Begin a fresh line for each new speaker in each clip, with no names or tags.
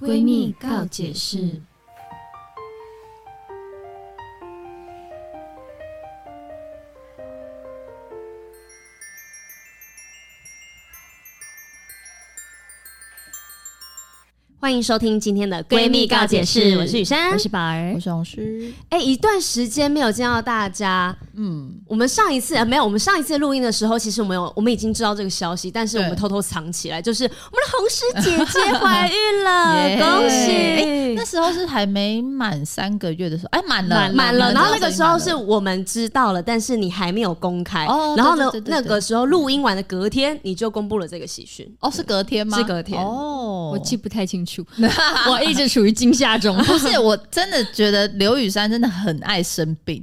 闺蜜告解释。
欢迎收听今天的闺蜜告解释，我是雨珊，
我是宝儿
我。是红师，
哎、一段时间没有见到大家，
嗯，
我们上一次、呃、没有，我们上一次录音的时候，其实我们有，我们已经知道这个消息，但是我
对
们偷偷藏起来，就是我们的红师姐姐怀孕了，
耶
呃恭喜！
哎那时候是还没满三个月的时候，哎，满了，
满了，然后那个时候是
满了
我们知道了，但是你还没有公开。
哦
然后呢
对对，对对
那
对
个时候录音完的隔天，你就公布了这个喜 讯。
哦，是隔天吗？
是隔天
哦，
我记不太清 楚，我一直处于惊吓 中。
不是，我真的觉得刘雨珊真的很爱生病，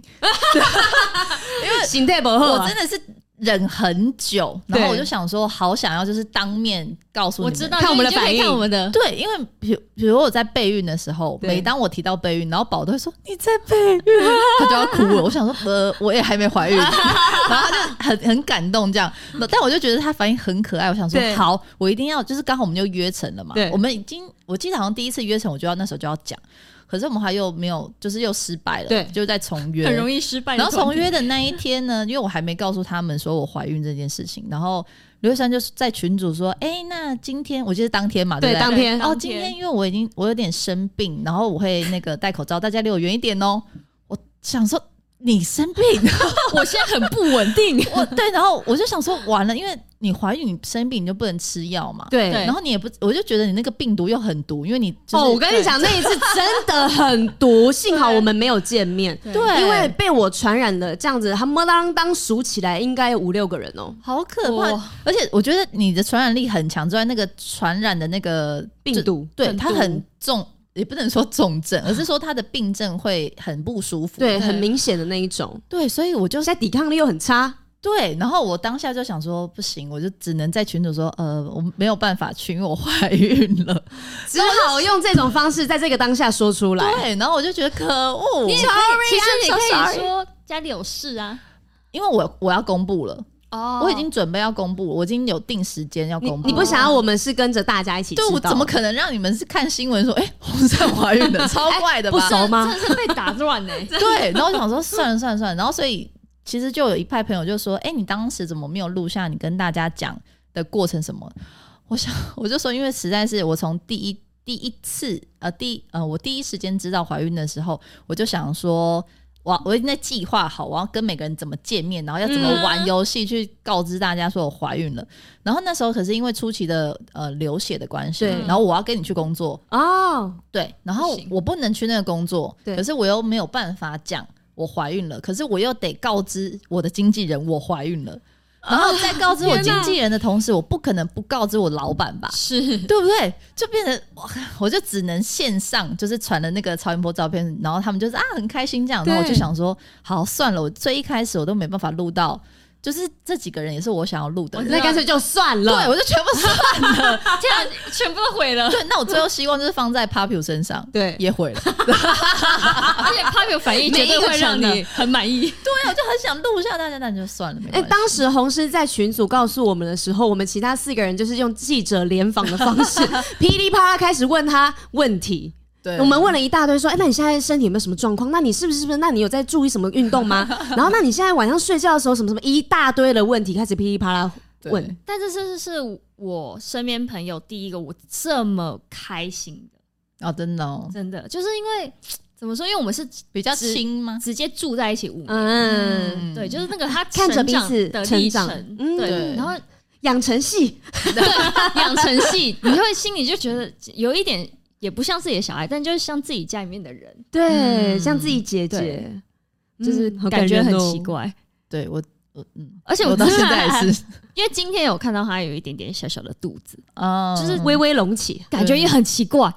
心态不
我
好啊
真，的是忍很久，然后我就想说，好想要就是当面告诉你
我
们
知道，
看我们的
你就可以
反应
看我们 的。
对，因为比如比如我在备孕的时候，
对
每当我提到备孕，然后宝都会说你在备 孕，他就要哭了。我想说，呃，我也还没怀孕，然 后他就很很感动这样。但我就觉得他反应很可爱，我想说
对
好，我一定要，就是刚好我们就约成了嘛
对。
我们已经，我记得好像第一次约成，我就要那时候就要讲，可是我们还又没有，就是又失败了，
对
就再重约，
很容易失败的
然
团
后
体。
重约的那一天呢，因为我还没告诉他们说我怀孕这件事情，然后刘玉珊就是在群主说：“哎、那今天我记得当天嘛，
对
对不对
当天
哦，
当
今
天
天因为我已经我有点生病，然后我会那个戴口罩，大家离我远一点哦。”我想说你生 病，
我现在很不稳 定。
我对，然后我就想说完了，因为你怀孕你生病你就不能吃药嘛，
对哦
对
然后你也不，我就觉得你那个病毒又很毒，因为你、就是、
哦，我跟你讲，那一 次真的很毒，幸好我们没有见面。
对
对，
因为被我传染的这样子，他们当当数起来应该有五六个人哦、
好可怕
哇！
而且我觉得你的传染力很强，之外那个传染的那个
病毒。
对
很
它
毒
很重，也不能说重症，而是说它的病症会很不舒服。
对，
对
很明显的那一种，
对，所以我就
现在抵抗力又很差，
对，然后我当下就想说不行，我就只能在群主说，呃，我没有办法去，因为我怀孕了。
只好用这种方式在这个当下说出来。
对，啊然后我就觉得可恶，
你也可以，其实你可
I'm so
以
sorry
说家里有事啊。
因为我我要公布了，
哦
我已经准备要公布了，我已经有定时间要
你
公布
你
了。
不想要我们是跟着大家一起知
对
道？
我怎么可能让你们是看新闻说，哎、红珊怀 孕了，超怪的吧？
哎不熟 吗？
真的是被打乱欸呢、
对，然后我想说算了算了算了，然后所以其实就有一派朋友就说：“哎、你当时怎么没有录下你跟大家讲的过程什么？”我想 我就说，因为实在是我从第一第一次呃第呃我第一时间知道怀孕的时候，我就想说。我我已经在计划好，我要跟每个人怎么见面，然后要怎么
嗯
玩游戏去告知大家说我怀孕了。然后那时候可是因为初期的呃流血的关系
对，
然后我要跟你去工作，
哦，
对，然后
行
我不能去那个工作，
对
可是我又没有办法讲我怀孕了，可是我又得告知我的经纪人我怀孕了，然后在告知我
天
经
哪？
纪人的同时，我不可能不告知我老板吧
是，
对不对？就变成哇我就只能线上，就是传了那个曹云波照片，然后他们就是啊很开心这样，然后我
对
就想说，好算了，我最一开始我都没办法录到，就是这几个人也是我想要录的
我
人，
知道
那干脆就算
啊对
了。
我就全部 删了。
这样全部都毁 了，
对，那我最后希望就是放在 Papu 身上，
对
也毁了。
而且 p a p i 反应绝对会让你很满意。
哎对，我就很想录一下大家，但就算了，没
哎、
关系。
当时红师在群组告诉我们的时候，我们其他四个人就是用记者联访的方 式，噼里啪啦开始问他问题。
对
我们问了一大堆，说：“哎、那你现在身体有没有什么状况？那你是不是是不是？那你有在注意什么运动 吗？然后，那你现在晚上睡觉的时候什么什么一大堆的问题开始噼里啪啦问。
但这是是我身边朋友第一个我这么开心的，
哦，真的哦，
真的就是因为怎么说？因为我们是
比较
只
轻吗？
直接住在一起五年，
嗯，
嗯，
对，就是那个他
看着彼此
成长的
成
历
长
程，
嗯
对，
对
然后
养成系
对养成系，你会心里就觉得有一点也不像自己的小孩，但就是像自己家里面的人，
对，
嗯
像自己姐姐
对，就是
嗯
嗯感觉很奇
怪。
怪。
对我我嗯，
而且
我
我
到现 在也是，
因为今天有看到他有一点点小小的肚子，
啊，
就是微微隆起。
感觉也很奇怪。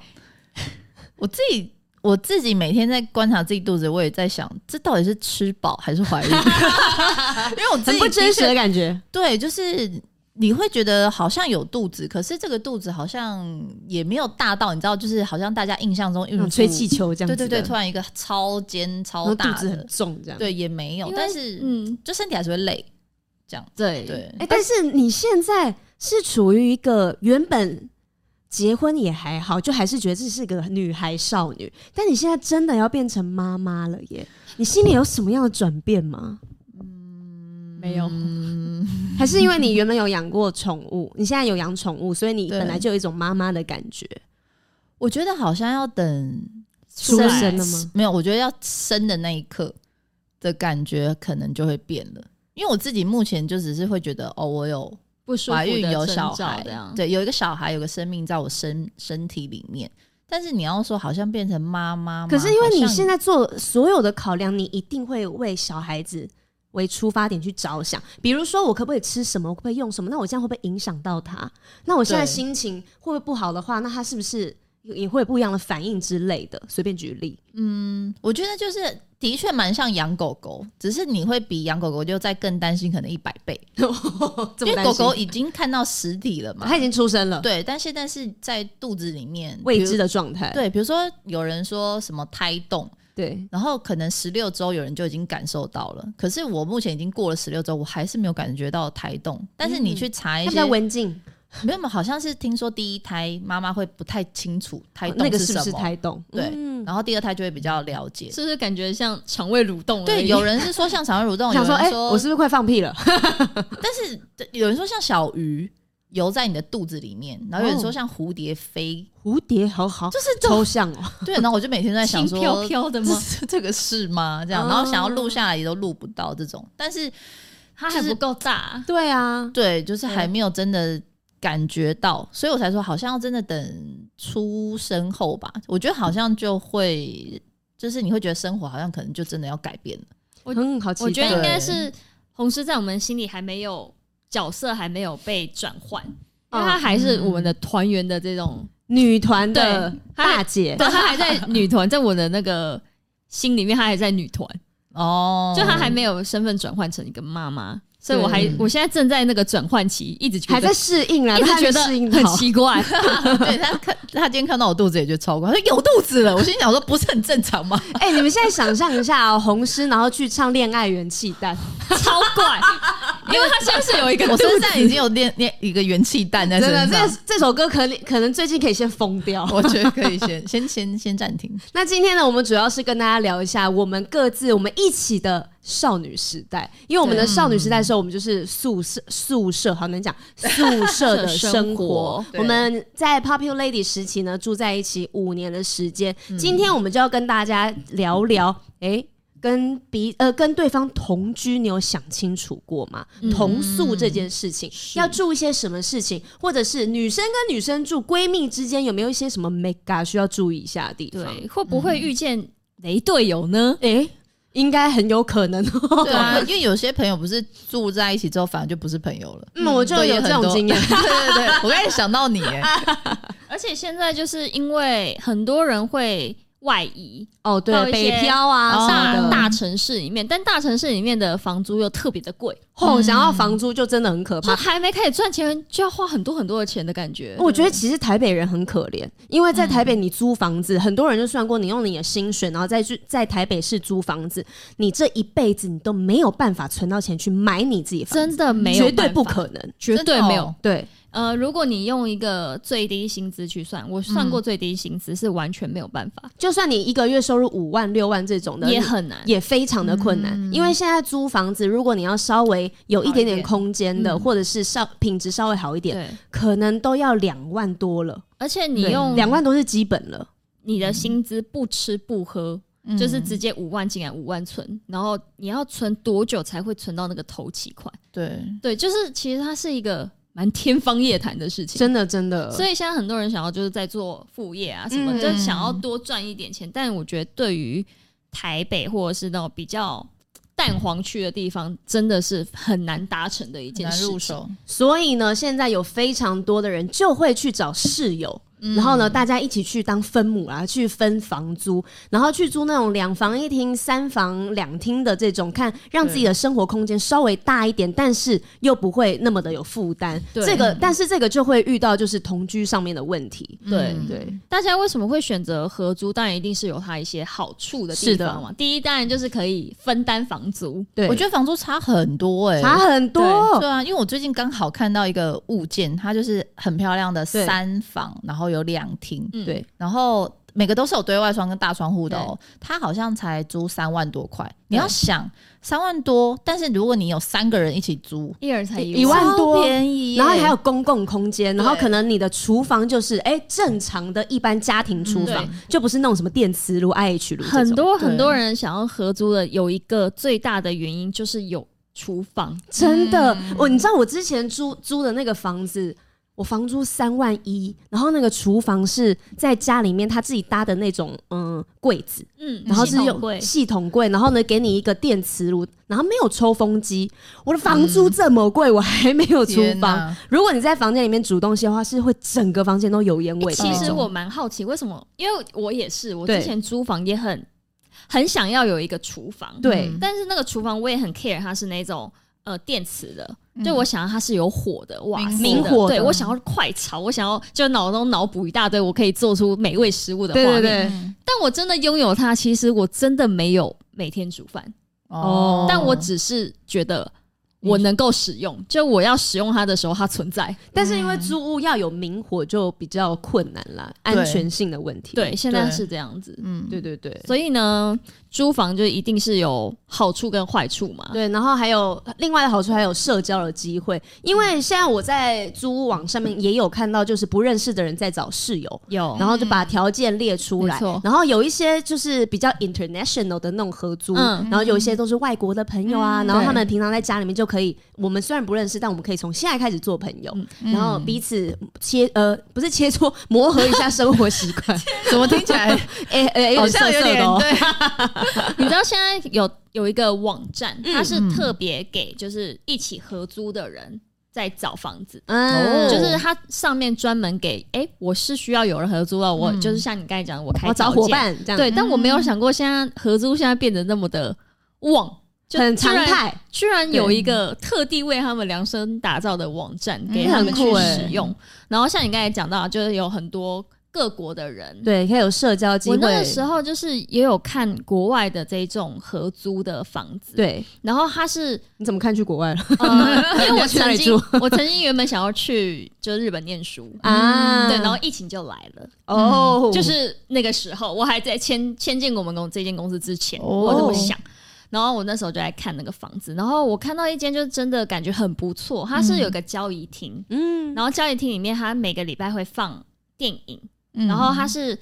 我自己。我自己每天在观察自己肚子，我也在想，这到底是吃饱还是怀孕？ 因为我自
很
己
不真实
的
的
确，
感觉，
对，就是你会觉得好像有肚子，可是这个肚子好像也没有大到，你知道，就是好像大家印象中
那
孕
种嗯
妇
吹气，球这样
对
子
嗯对
的，
对，突然一个超尖
然
超
后
大
肚子
的
很，重这样。，
对，也没有
因，为
但是
嗯，
就身体还是会累，哎这样
对
对
哎，但是你现在是处于一个原本结婚也还好，就还是觉得自己是个女孩少女。但你现在真的要变成妈妈了耶！你心里有什么样的转变吗？
没有，
嗯
还是因为你原本有养过宠物，你现在有养宠物，所以你
对
本来就有一种妈妈的感觉？
我觉得好像要等
出
生
生了吗？
没有，我觉得要生的那一刻的感觉可能就会变了。因为我自己目前就只是会觉得，哦，我有
不舒服
怀
的
孕有
征
小
兆
孩
这样，，
对，有一个小孩，有个生命在我身身体里面。但是你要说好像变成妈妈吗，
可是因为
好
你
像
现在做所有的考量，你一定会为小孩子为出发点去着想。比如说，我可不可以吃什么？我可不可以用什么？那我这样会不会影响到他？那我现在
对
心情会不会不好的话，那他是不是也会有不一样的反应之类的？随便举 例，
我觉得就是的确蛮像养狗狗，只是你会比养狗狗就再更担心，可能一百倍，
因
因为狗狗已经看到实体了嘛。
它已经出生了，
对，但现在是在肚子里面
未知
的。
的状态，
对，比如说有人说什么胎动，
对，
然后可能十六周有人就已经感受到了，可是我目前已经过了十六周，我还是没有感觉到胎动。但是你去查
嗯
一
他们
些，
在文静，
没有没有，好像是听说第一胎妈妈会不太清楚胎动
哦那个
什
是
么，
不是胎动？
对
嗯
然后第二胎就会比较了解。
是不是感觉像肠胃蠕动而已？
对，有人是说像肠胃蠕动，
我想
有
说，
人
哎、
说，
我是不是快放屁了？
但是有人说像小鱼游在你的肚子里面，然后有人说
哦
像蝴蝶飞，
蝴蝶，好好，
就是这
抽象哦、
对，然后我就每天在想说，
轻飘飘的吗？嗯
这这个是吗？这样，
哦
然后想要录下来也都录不到这种，但是
它
就
还
是
不够大，
对啊，
对，就是还没有真的感觉到，所以我才说好像要真的等出生后吧，我觉得好像就会，就是你会觉得生活好像可能就真的要改变了，
我
嗯，好期待。
我觉得应该是红狮在我们心里还没有角色还没有被转换，因为
嗯
它还是我们的团员的这种，
女团的
对她
大姐，
对，它 还在女团，在我的那个心里面，它还在女团，
哦
就它还没有身份转换成一个妈妈，所以我还
对
我现在正在那个转换期，一直觉
还
得
在适应啊，
一直
她还
觉
没
得
适应
很
好
奇 怪，
对他看他今天看到我肚子也觉得超怪，他说有肚子了，我心里想说不是很正常吗？
哎、你们现在想象一下、哦， 红狮然后去唱《恋爱元气弹》，
超怪， 因为它现在是有一个
我
肚
身
子
上已经有练练一个元气弹在
真的，
身上
这。这首歌可能可能最近可以先疯掉。
我觉得可以先先先先暂停。
那今天呢，我们主要是跟大家聊一下我们各自我们一起的少女时代，因为我们的少女时代的时候，我们就是宿舍宿舍，好能讲宿舍 的生
生
活
活。
对
我们在 Popular Lady 时期呢住在一起五年的时间，
嗯
今天我们就要跟大家聊聊，诶，跟彼呃跟对方同居，你有想清楚过吗？
嗯
同宿这件事情、要注意些什么事情，或者是女生跟女生住闺蜜之间有没有一些什么 make up 需要注意一下的地方？
对，会不会
嗯
遇见雷队友呢？
诶、应该很有可能哦。
对啊，因为有些朋友不是住在一起之后，反而就不是朋友了。
嗯，我就
对
有这种经验。
很多 对对对，我刚才想到你 耶，
而且现在就是因为很多人会外移
哦，
到
对，
一些
北漂啊什
哦
大
么的，
大城市里面，但大城市里面的房租又特别的贵，
哦，想要房租就真的很可
就
怕。
还没开始赚钱就要花很多很多的钱的感觉。
我觉得其实台北人很可怜，因为在台北你租房
嗯
子，很多人就算过你用你的薪水，然后再去在台北市租房子，你这一辈子你都没有办法存到钱去买你自己房子，
真的没有，
绝对不，可能。
绝
哦
对没有。
对，
呃，如果你用一个最低薪资去算，我算
嗯
过最低薪资是完全没有办法，
就算你一个月收入五万六万这种的，
也
你
很难。
也非常的困难，因为现在租房子，如果你要稍微有一点点空间的，
嗯好一点嗯
或者是稍品质稍微好一点，
对，
可能都要两万多了，
而且你
对
用
两嗯万多是基本了。
你的薪资不吃不喝，
嗯
真的哦
就是直接五万进来五万存，然后你要存多久才会存到那个头期款？
对，
对，就是其实它是一个蛮天方夜谭的事情，
真的真的，
所以现在很多人想要就是在做副业啊什么，
嗯
就是想要多赚一点钱。但我觉得对于台北或者是那种比较蛋黄区的地方，真的是很难达成的一
很
件
难
事情。
入手。
所以呢，现在有非常多的人就会去找室友，然后呢，大家一起去当分母啊，去分房租，然后去租那种两房一厅、三房两厅的这种，看让自己的生活空间稍微大一点，但是又不会那么的有负担。
对
这个，但是这个就会遇到就是同居上面的问题。
对
嗯
对，
大家为什么会选择合租？当然一定是有它一些好处的地
是的
方嘛。第一，当然就是可以分担房租，
对，
我觉得房租差很多哎、
差很多
对。啊，因为我最近刚好看到一个物件，它就是很漂亮的
对
三房，然后有两厅，
嗯
对，然后每个都是有对外窗跟大窗户的哦。它好像才租三万多块，你要想三万多，但是如果你有三个人一起租，
一人才
一万
超
多
便宜耶，
然后还有公共空间，然后
对
可能你的厨房就是哎、正常的一般家庭厨房，就不是那种什么电磁炉、IH 炉这种
很多
对
很多人想要合租的，有一个最大的原因就是有厨房，
真的，嗯我你知道我之前租租的那个房子，我房租三万一，然后那个厨房是在家里面他自己搭的那种嗯柜子，
嗯
然后是
有
用系统柜，然后呢给你一个电磁炉，然后没有抽风机，我的房租这么贵，我还没有厨
天
房。
哪，
如果你在房间里面煮东西的话，是会整个房间都油烟味的
其
那种。
实我蛮好奇，为什么？因为我也是，我
对
之前租房也很很想要有一个厨房，
对、
嗯
但是那个厨房我也很 care，它是那种呃电磁的，
嗯
就我想要它是有火的哇，瓦斯的
明火的
对我想要快炒，我想要就脑中脑补一大堆我可以做出美味食物的画
对
面。
对对，
嗯
但我真的拥有它，其实我真的没有每天煮饭，
哦嗯
但我只是觉得。我能够使用，就我要使用它的时候，它存在。
但是因
嗯
为租屋要有明火就比较困难啦，安全性的问题。
对，现在
对
是这样子。
嗯
对对对。
所以呢，租房就一定是有好处跟坏处嘛。
对，然后还有另外的好处，还有社交的机会。因为现在我在租屋网上面也有看到，就是不认识的人在找室友，
有
然后就把条件列出来
哦没错。
然后有一些就是比较 international 的那种合租，
嗯
然后有一些都是外国的朋友啊，
嗯
然后他们平常在家里面就可以，我们虽然不认识，但我们可以从现在开始做朋友，然后彼此切呃不是切磋磨合一下生活习 惯。
怎么听起 来
哎哎，
好
点
像
涩
有
涩
点
的哦。
对，
你知道现在有有一个网站，
嗯
它是特别给就是一起合租的人在找房子。
嗯，
就
就是
是它上面专门给，哎、我是需要有人合租啊，我、就是像你刚才讲的，我开
嗯我找
条件
伙，伴这样，
对，但我没有想过现在合租现在变得那么的旺，就
很
居
常
然，
态。
居然有一个特地为他们量身打造的网站给
嗯
他们
很
去
酷
使
欸
用。然后像你刚才讲到，就是有很多各国的人，
对，可以有社交机
我
会。
那个时候就是也有看国外的这种合租的房子，，
对，
然后它是，
你怎么看去国外了
呃、因为我
去哪
曾
里
经我曾经原本想要去就日本念书。
啊
对，然后疫情就来了，
哦，
就是那个时候，我还在签签进我们公这间公司之前，
哦
我这么想。然后我那时候就在看那个房子，然后我看到一间就真的感觉很不错，它
嗯
是有个交易厅，
嗯，
然后交易厅里面它每个礼拜会放电影，
嗯
然后他是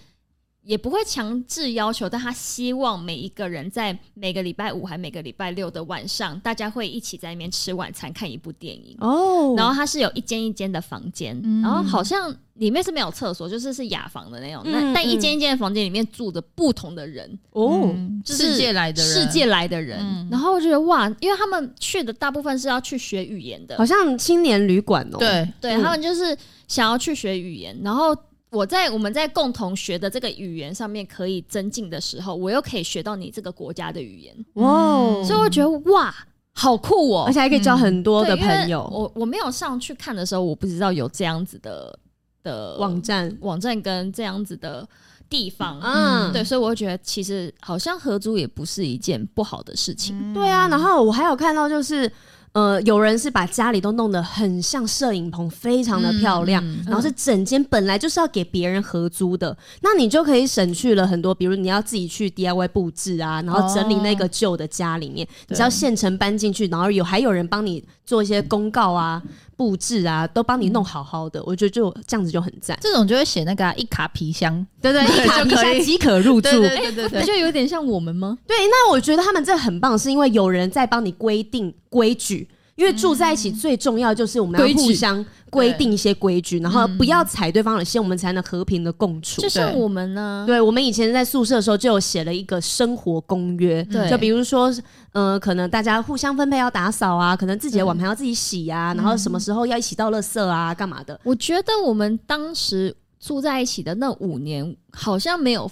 也不会强制要求，但他希望每一个人在每个礼拜五还每个礼拜六的晚上，大家会一起在那边吃晚餐看一部电影。
哦，
然后它是有一间一间的房间，
嗯
然后好像里面是没有厕所，就是是雅房的那种。那、
嗯
但一间一间的房间里面住着不同的人，
哦，
嗯
就是
世界来的人，
世界来的人。
嗯
然后我觉得哇，因为他们去的大部分是要去学语言的，
好像青年旅馆哦，，
对，
对、
嗯
他们就是想要去学语言，然后我在我们在共同学的这个语言上面可以增进的时候，我又可以学到你这个国家的语言，
嗯
哦，
所以我觉得哇，好酷哦、
而且还可以交很多的
对因为
朋友，
我我没有上去看的时候，我不知道有这样子的的
网站，
网站跟这样子的地方。
嗯，
对，所以我会觉得其实好像合租也不是一件不好的事
嗯
情。
对啊，然后我还有看到就是。呃，有人是把家里都弄得很像摄影棚，非常的漂亮，
嗯嗯
然后是整间本来就是要给别人合租的，那你就可以省去了很多，比如你要自己去 DIY 布置啊，然后整理那个旧的家里
哦
面，你只要现成搬进去，然后有还有人帮你做一些公告啊、布置啊，都帮你弄好好的，我觉得就这样子就很赞，
这种就会写那个啊一卡皮箱，哎
对对， 一卡
就
皮
可
箱
以
即可入住，
对对
不就有点像我们吗？
对，那我觉得他们这很棒，是因为有人在帮你规定规矩。因为住在一
嗯
起最重要就是我们
规
要
矩
互相规定一些规矩，然后不
嗯
要踩对方的线，我们才能和平的共处
就。像
对
我们呢、
对，我们以前在宿舍的时候就有写了一个生活公约，
对
就比如说，呃，可能大家互相分配要打扫啊，可能自己的碗盘
嗯
要自己洗啊，然后什么时候要一起倒垃圾啊，干嘛的？
我觉得我们当时住在一起的那五年，好像没有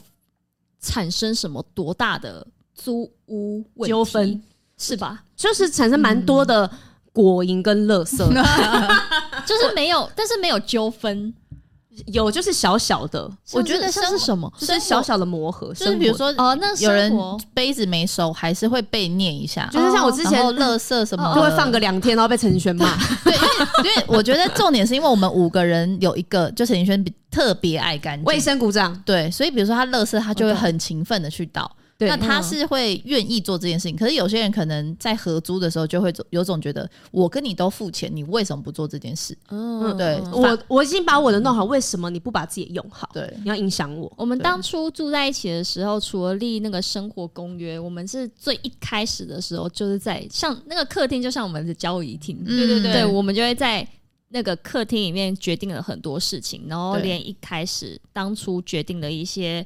产生什么多大的租屋问题
纠纷，
是吧？
就是产生蛮
嗯
多的果蝇跟垃圾，
就是没有，但是没有纠纷。
有就是小小的，
我觉得
像是
生
像是什么？
就是小小的磨合，
就是比如
生活
说
哦，那
有人
生活
杯子没收，还是会被念一下。
就是
哦
像我之前
然后垃圾什么
就会
嗯
放个两天，然后被陈奕迅 骂。
因为我觉得重点是因为我们五个人有一个，就陈宇轩比特别爱干
卫
净，
生鼓掌，
对，所以比如说他垃圾，他就会很勤奋的去倒。
对嗯
那他是会愿意做这件事情，可是有些人可能在合租的时候就会有种觉得，我跟你都付钱，你为什么不做这件事？
嗯
对
我我已经把我的弄好，为什么你不把自己用好？
对
你要影响我。
我们
对
当初住在一起的时候，除了立那个生活公约，我们是最一开始的时候就是在像那个客厅，就像我们的交易厅，
对对对
嗯对，我们就会在那个客厅里面决定了很多事情，然后
对
连一开始当初决定的一些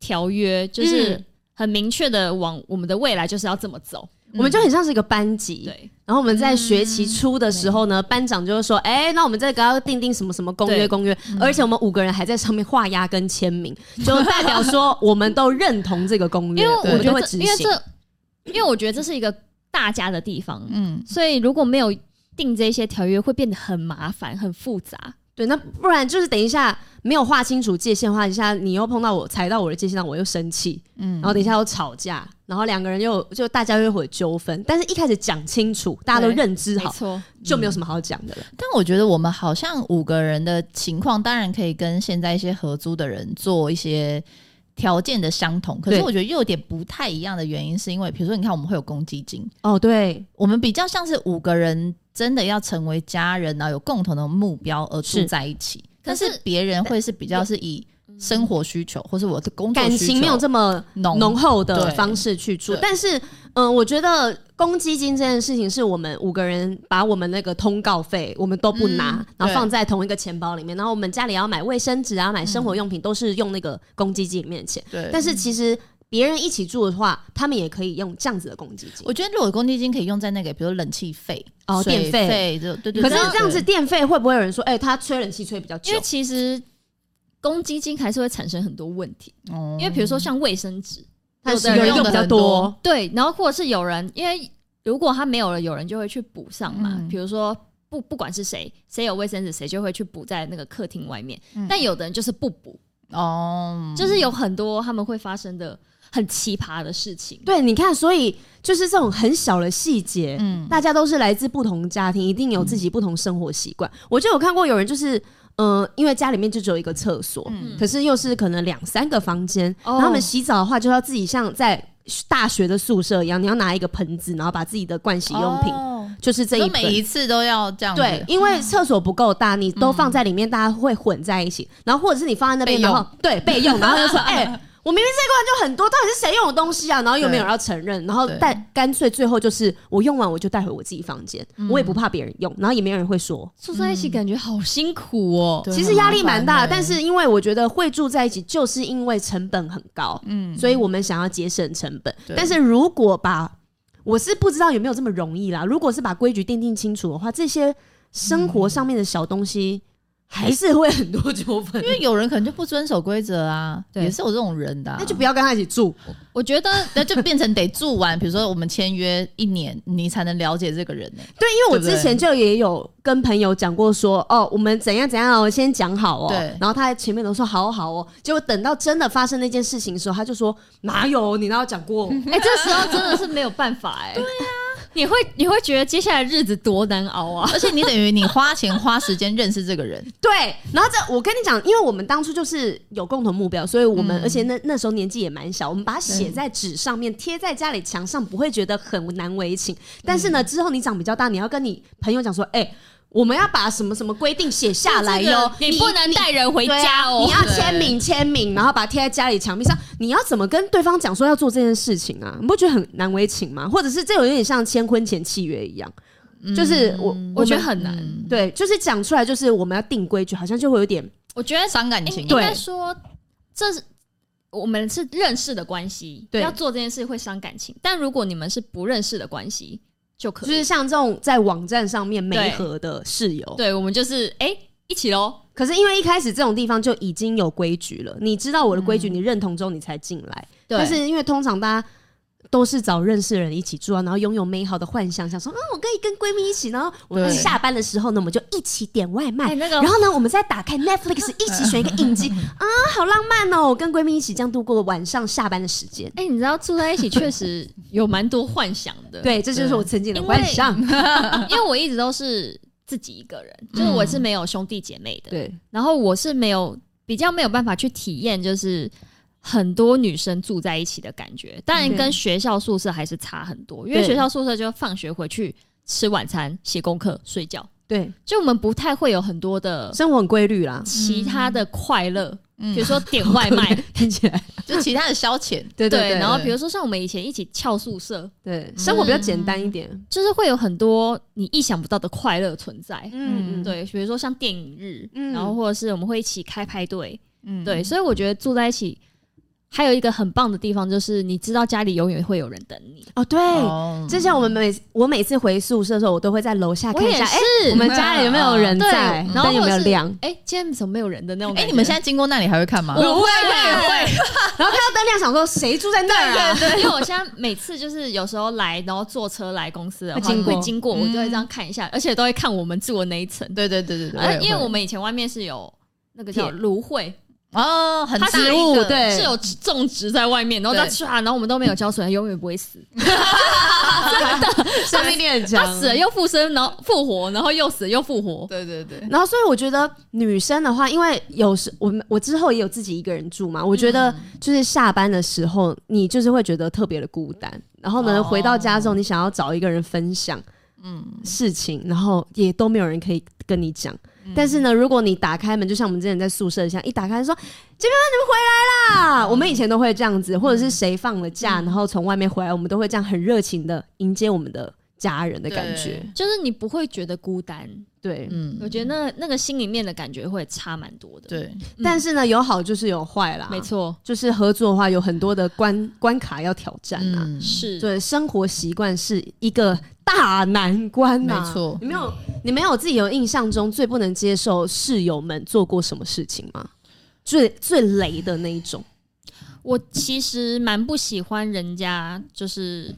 条约，就是
嗯
很明确的往我们的未来就是要这么走，
我们就很像是一个班级，
嗯对，嗯
然后我们在学期初的时候呢，班长就会说：“哎、那我们这个要定定什么什么公约
对嗯
公约。而且我们五个人还在上面画押跟签名，就代表说我们都认同这个公约，
因为
我
我
们
觉
都会
得这，
执
因为
行。
这，因为我觉得这是一个大家的地方，
嗯，
所以如果没有定这些条约，会变得很麻烦、很复杂。
对，那不然就是等一下没有划清楚界限，划一下你又碰到我踩到我的界限，让我又生气，嗯，然后等一下又吵架，然后两个人又就大家又会有纠纷。但是一开始讲清楚，大家都
对
认知
没
好，
错，
就没有什么好讲的了。
但我觉得我们好像五个人的情况，当然可以跟现在一些合租的人做一些条件的相同，可是
对
我觉得又有点不太一样的原因，是因为比如说，你看我们会有公积金，
哦，对，
我们比较像是五个人真的要成为家人然后有共同的目标而住
是
在一起。
可
但
是
是别人会是比较是以生活需求或是我的工作
感
需求
情没有这么
浓
浓厚的
对
方式去住。
对
但是，嗯、我觉得公积金这件事情是我们五个人把我们那个通告费我们都不拿，
嗯
然后放在同一个钱包里面，然后我们家里要买卫生纸啊、买生活用品，都是用那个公积金里面的钱。
对，
但是其实别人一起住的话，他们也可以用这样子的公积金
我。觉得如果公积金可以用在那个，比如冷气费、
哦
水
电费
费，就对对。
可是
对
这样子，电费会不会有人说，哎、他吹冷气吹比较久
因为？其实公积金还是会产生很多问题，
哦
因为比如说像卫生纸，
他
嗯有的人
人
用
比
的
较
很多
多，
对，然后或者是有人，因为如果他没有了，有人就会去补上嘛。
嗯
比如说不不管是谁，谁有卫生纸，谁就会去补在那个客厅外面。
嗯
但有的人就是不补，
哦，
就是有很多他们会发生的很奇葩的事 情。
对，你看，所以就是这种很小的细节，
嗯
大家都是来自不同家庭，一定有自己不同生活习惯。我就有看过有人就是，嗯、因为家里面就只有一个厕所，
嗯
可是又是可能两三个房间，
哦
然后他们洗澡的话就要自己像在大学的宿舍一样，你要拿一个盆子，然后把自己的盥洗用品，
哦
就是这
就
一
每
本
一次都要这样子
对，，因为厕所不够大，你都放在里面，大家会混在一起。然后或者是你放在那边，
备
然
用
后对备用，然后就说：“哎、我明明这一罐就很多，到底是谁用我东西啊？”然后又没有人要承认，然后
对
但干脆最后就是我用完我就带回我自己房间，我也不怕别人用，然后也没有人会说。
住在一起感觉好辛苦哦、
对
其实压力蛮大的，
很麻烦欸
但是因为我觉得会住在一起，就是因为成本很高，
嗯
所以我们想要节省成本。
对
但是如果把我是不知道有没有这么容易啦。如果是把规矩定定清楚的话，这些生活上面的小东西还是会很多纠纷
因。为有人可能就不遵守规则啊，
对
也是有这种人的啊，
那就不要跟他一起住，
我觉得
那就变成得 住完，比如说我们签约一年，你才能了解这个 人呢、
对，因为我
对不对
之前就也有跟朋友讲过说，哦，我们怎样怎样，我先讲好哦。
对
然后他前面都说好好哦，结果等到真的发生那件事情的时候，他就说哪有你哪有讲 过？
哎、这时候真的是没有办法哎、对啊，你会你会觉得接下来日子多难熬啊！
而且你等于你花钱花时间认识这个 人，
对，然后这我跟你讲，因为我们当初就是有共同目标，所以我们、
嗯
而且那那时候年纪也蛮小，我们把它写在纸上面，贴在家里墙上，不会觉得很难为情。但是
嗯
呢，之后你长比较大，你要跟你朋友讲说，哎、我们要把什么什么规定写下来哟、
你不能带人回家哦、
你要
对
签名签名，然后把它贴在家里墙壁上。你要怎么跟对方讲说要做这件事情啊？你不觉得很难为情吗？或者是这有点像签婚前契约一样，就是我
嗯我觉得
们
很难。
嗯
对，就是讲出来，就是我们要定规矩，好像就会有点
我觉得
伤感
应
情。
应
对
该说，这是我们是认识的关系，
对
要做这件事会伤感情。但如果你们是不认识的关系，就可
就
以。
是像这种在网站上面媒合的室友，
对我们就是哎、一起喽，
可是因为一开始这种地方就已经有规矩了，你知道我的规矩，你认同之后你才进来。
嗯对
但是因为通常大家都是找认识的人一起住啊，然后拥有美好的幻想，想说啊，
嗯
我可以跟闺蜜一起，然后我们
对
下班的时候呢，我们就一起点外卖。
哎那个
然后呢，我们再打开 Netflix 一起选一个影集 啊，好浪漫哦！我跟闺蜜一起这样度过晚上下班的时间。
哎、你知道住在一起确实有蛮多幻想的，，
对，这就是我曾经的晚上。
因为我一直都是自己一个人，就是我是没有兄弟姐妹的，
对，
然后我是没有比较没有办法去体验，就是很多女生住在一起的感觉。当然
对
跟学校宿舍还是差很多，因为
对
学校宿舍就放学回去吃晚餐、写功课、睡觉，
对，
就我们不太会有很多的
生活很规律啦，
其他的快乐，
嗯
比如说点外 卖，
听起来
就其他的消遣，
对对
对，
对，
然后比如说像我们以前一起翘宿舍，
对生活比较简单一点。
就是会有很多你意想不到的快乐存在。
嗯，
嗯
对，比如说像电影日，
嗯
然后或者是我们会一起开派对，
嗯
对，所以我觉得住在一起还有一个很棒的地方，就是你知道家里永远会有人等你。
哦对。
哦
之前我们每我每次回宿舍的时候，我都会在楼下
我
看一
也
下，哎、
是，
我们家里有没有人
对
在，
然后
灯有
或
没
者
有
是
亮，
哎，今天怎么没有人的那种感
哎，
觉？
你们现在经过那里还会看吗？
我会会会，
然后看到灯亮，想说谁住在那儿啊？
对，因为我现在每次就是有时候来，然后坐车来公司的话，
会经过
会经过，嗯我就会这样看一下，而且都会看我们住的那一层。
对对对对
而
对，
呃因为我们以前外面是有那个叫
铁
芦荟，
哦，很
它
大
是
一
物
个
对
是有种植在外面，然后再
对
唰，然后我们都没有浇水，它永远不会死。
生命力很
它死了。又复生，然后复活，然后又死又复活。
对对对，
然后，所以我觉得女生的话，因为有时我们我之后也有自己一个人住嘛，我觉
嗯
得就是下班的时候，你就是会觉得特别的孤单。然后呢，
哦
回到家之后，你想要找一个人分享
嗯，
事情，然后也都没有人可以跟你讲。
嗯
但是呢，如果你打开门，就像我们之前在宿舍一样，一打开说“这边你们回来啦”，我们以前都会这样子，或者
嗯
是谁放了假，然后从外面回来，我们都会这样很热情的迎接我们的家人的感觉。
就是你不会觉得孤单，
对，
嗯
我觉得那那个心里面的感觉会差蛮多的。，
对，
但是呢，有好就是有坏啦，
没。错，
就是合作的话，有很多的关
嗯
关卡要挑战啊。
嗯，
是，
对，生活习惯是一个大难关呐、
没错
你没有，你没有自己有印象中最不能接受室友们做过什么事情吗？最最雷的那一种。
我其实蛮不喜欢人家就是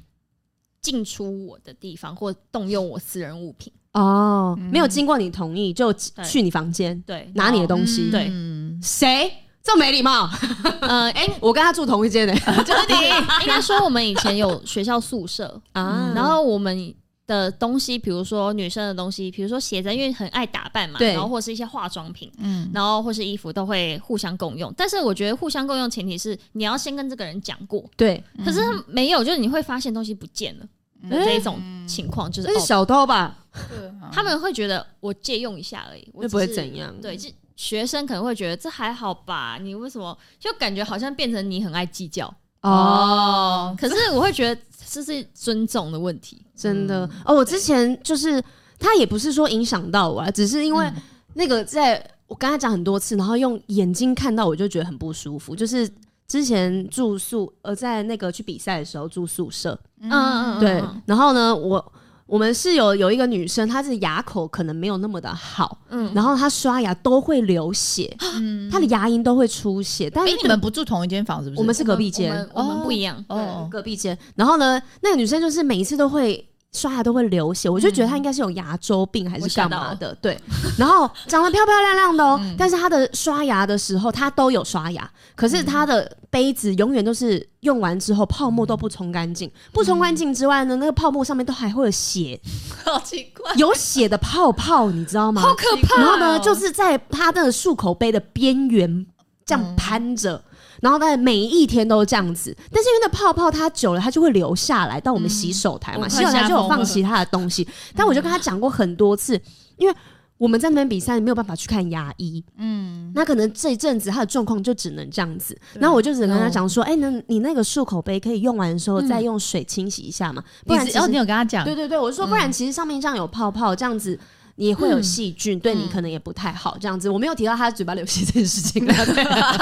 进出我的地方或动用我私人物品，
哦，没
嗯
有经过你同意就去你房间
对，
拿你的
东
东西，
对
嗯
谁这么没礼貌？
呃，
哎、我跟他住同一间呢、
就是你应该说我们以前有学校宿舍，
啊
嗯然后我们。的东西，比如说女生的东西，比如说鞋子，因为很爱打扮嘛，
对
然后或是一些化妆品，
嗯，
然后或是衣服都会互相共用。但是我觉得互相共用前提是你要先跟这个人讲过，
对，
可是他没有，就是你会发现东西不见了的嗯这一种情况，就是
这是
哦
小偷吧？
对啊
他们会觉得我借用一下而已，我
会
只
不会
是
怎样？
对，就学生可能会觉得这还好吧，你为什么就感觉好像变成你很爱计较？
哦，
可是我会觉得这是尊重的问题，
真
嗯
的、哦，我之前就是他也不是说影响到我啊，只是因为那
嗯
个在我跟他讲很多次，然后用眼睛看到我就觉得很不舒服，就是。之前住宿，呃，在那个去比赛的时候住宿舍，
嗯嗯嗯，
对
嗯，
然后呢，我我们室友有一个女生，她是牙口可能没有那么的好，
嗯，
然后她刷牙都会流血，
嗯
她的牙龈都会出血。但
哎
是，
你们不住同一间房是不是？
我们是隔壁
我
间
们，我们不一样，
哦
哦，，
隔壁间。然后呢，那个女生就是每一次都会刷牙都会流血，我就觉得她应该是有牙周病还是干嘛的，对。然后长得漂漂亮亮的哦，但是她的刷牙的时候她都有刷牙，可是她的杯子永远都是用完之后泡沫都不冲干净，不冲干净之外呢，那个泡沫上面都还会有血，
好奇怪，
有血的泡泡，你知道吗？
好可怕哦。
然后呢，就是在他的漱口杯的边缘这样攀着。
嗯
然后呢，每一天都这样子，但是因为那泡泡它久了，它就会流下来到我们洗手台嘛，
嗯
我快
洗手台就有
吓疯
放
了
其他的东西。但我就跟他讲过很多次，因为我们在那边比赛没有办法去看牙医，
嗯，
那可能这一阵子他的状况就只能这样子。然后我就只能跟他讲说，哎、那你那个漱口杯可以用完的时候再用水清洗一下嘛，不
嗯你
然
是
其
哦，
实
你有跟他讲，
对对对，我是说，不
嗯
然其实上面这样有泡泡，这样子也会有细菌，对
嗯
你可能也不太好。这样子，我没有提到他嘴巴流血这件事 情啦，对啊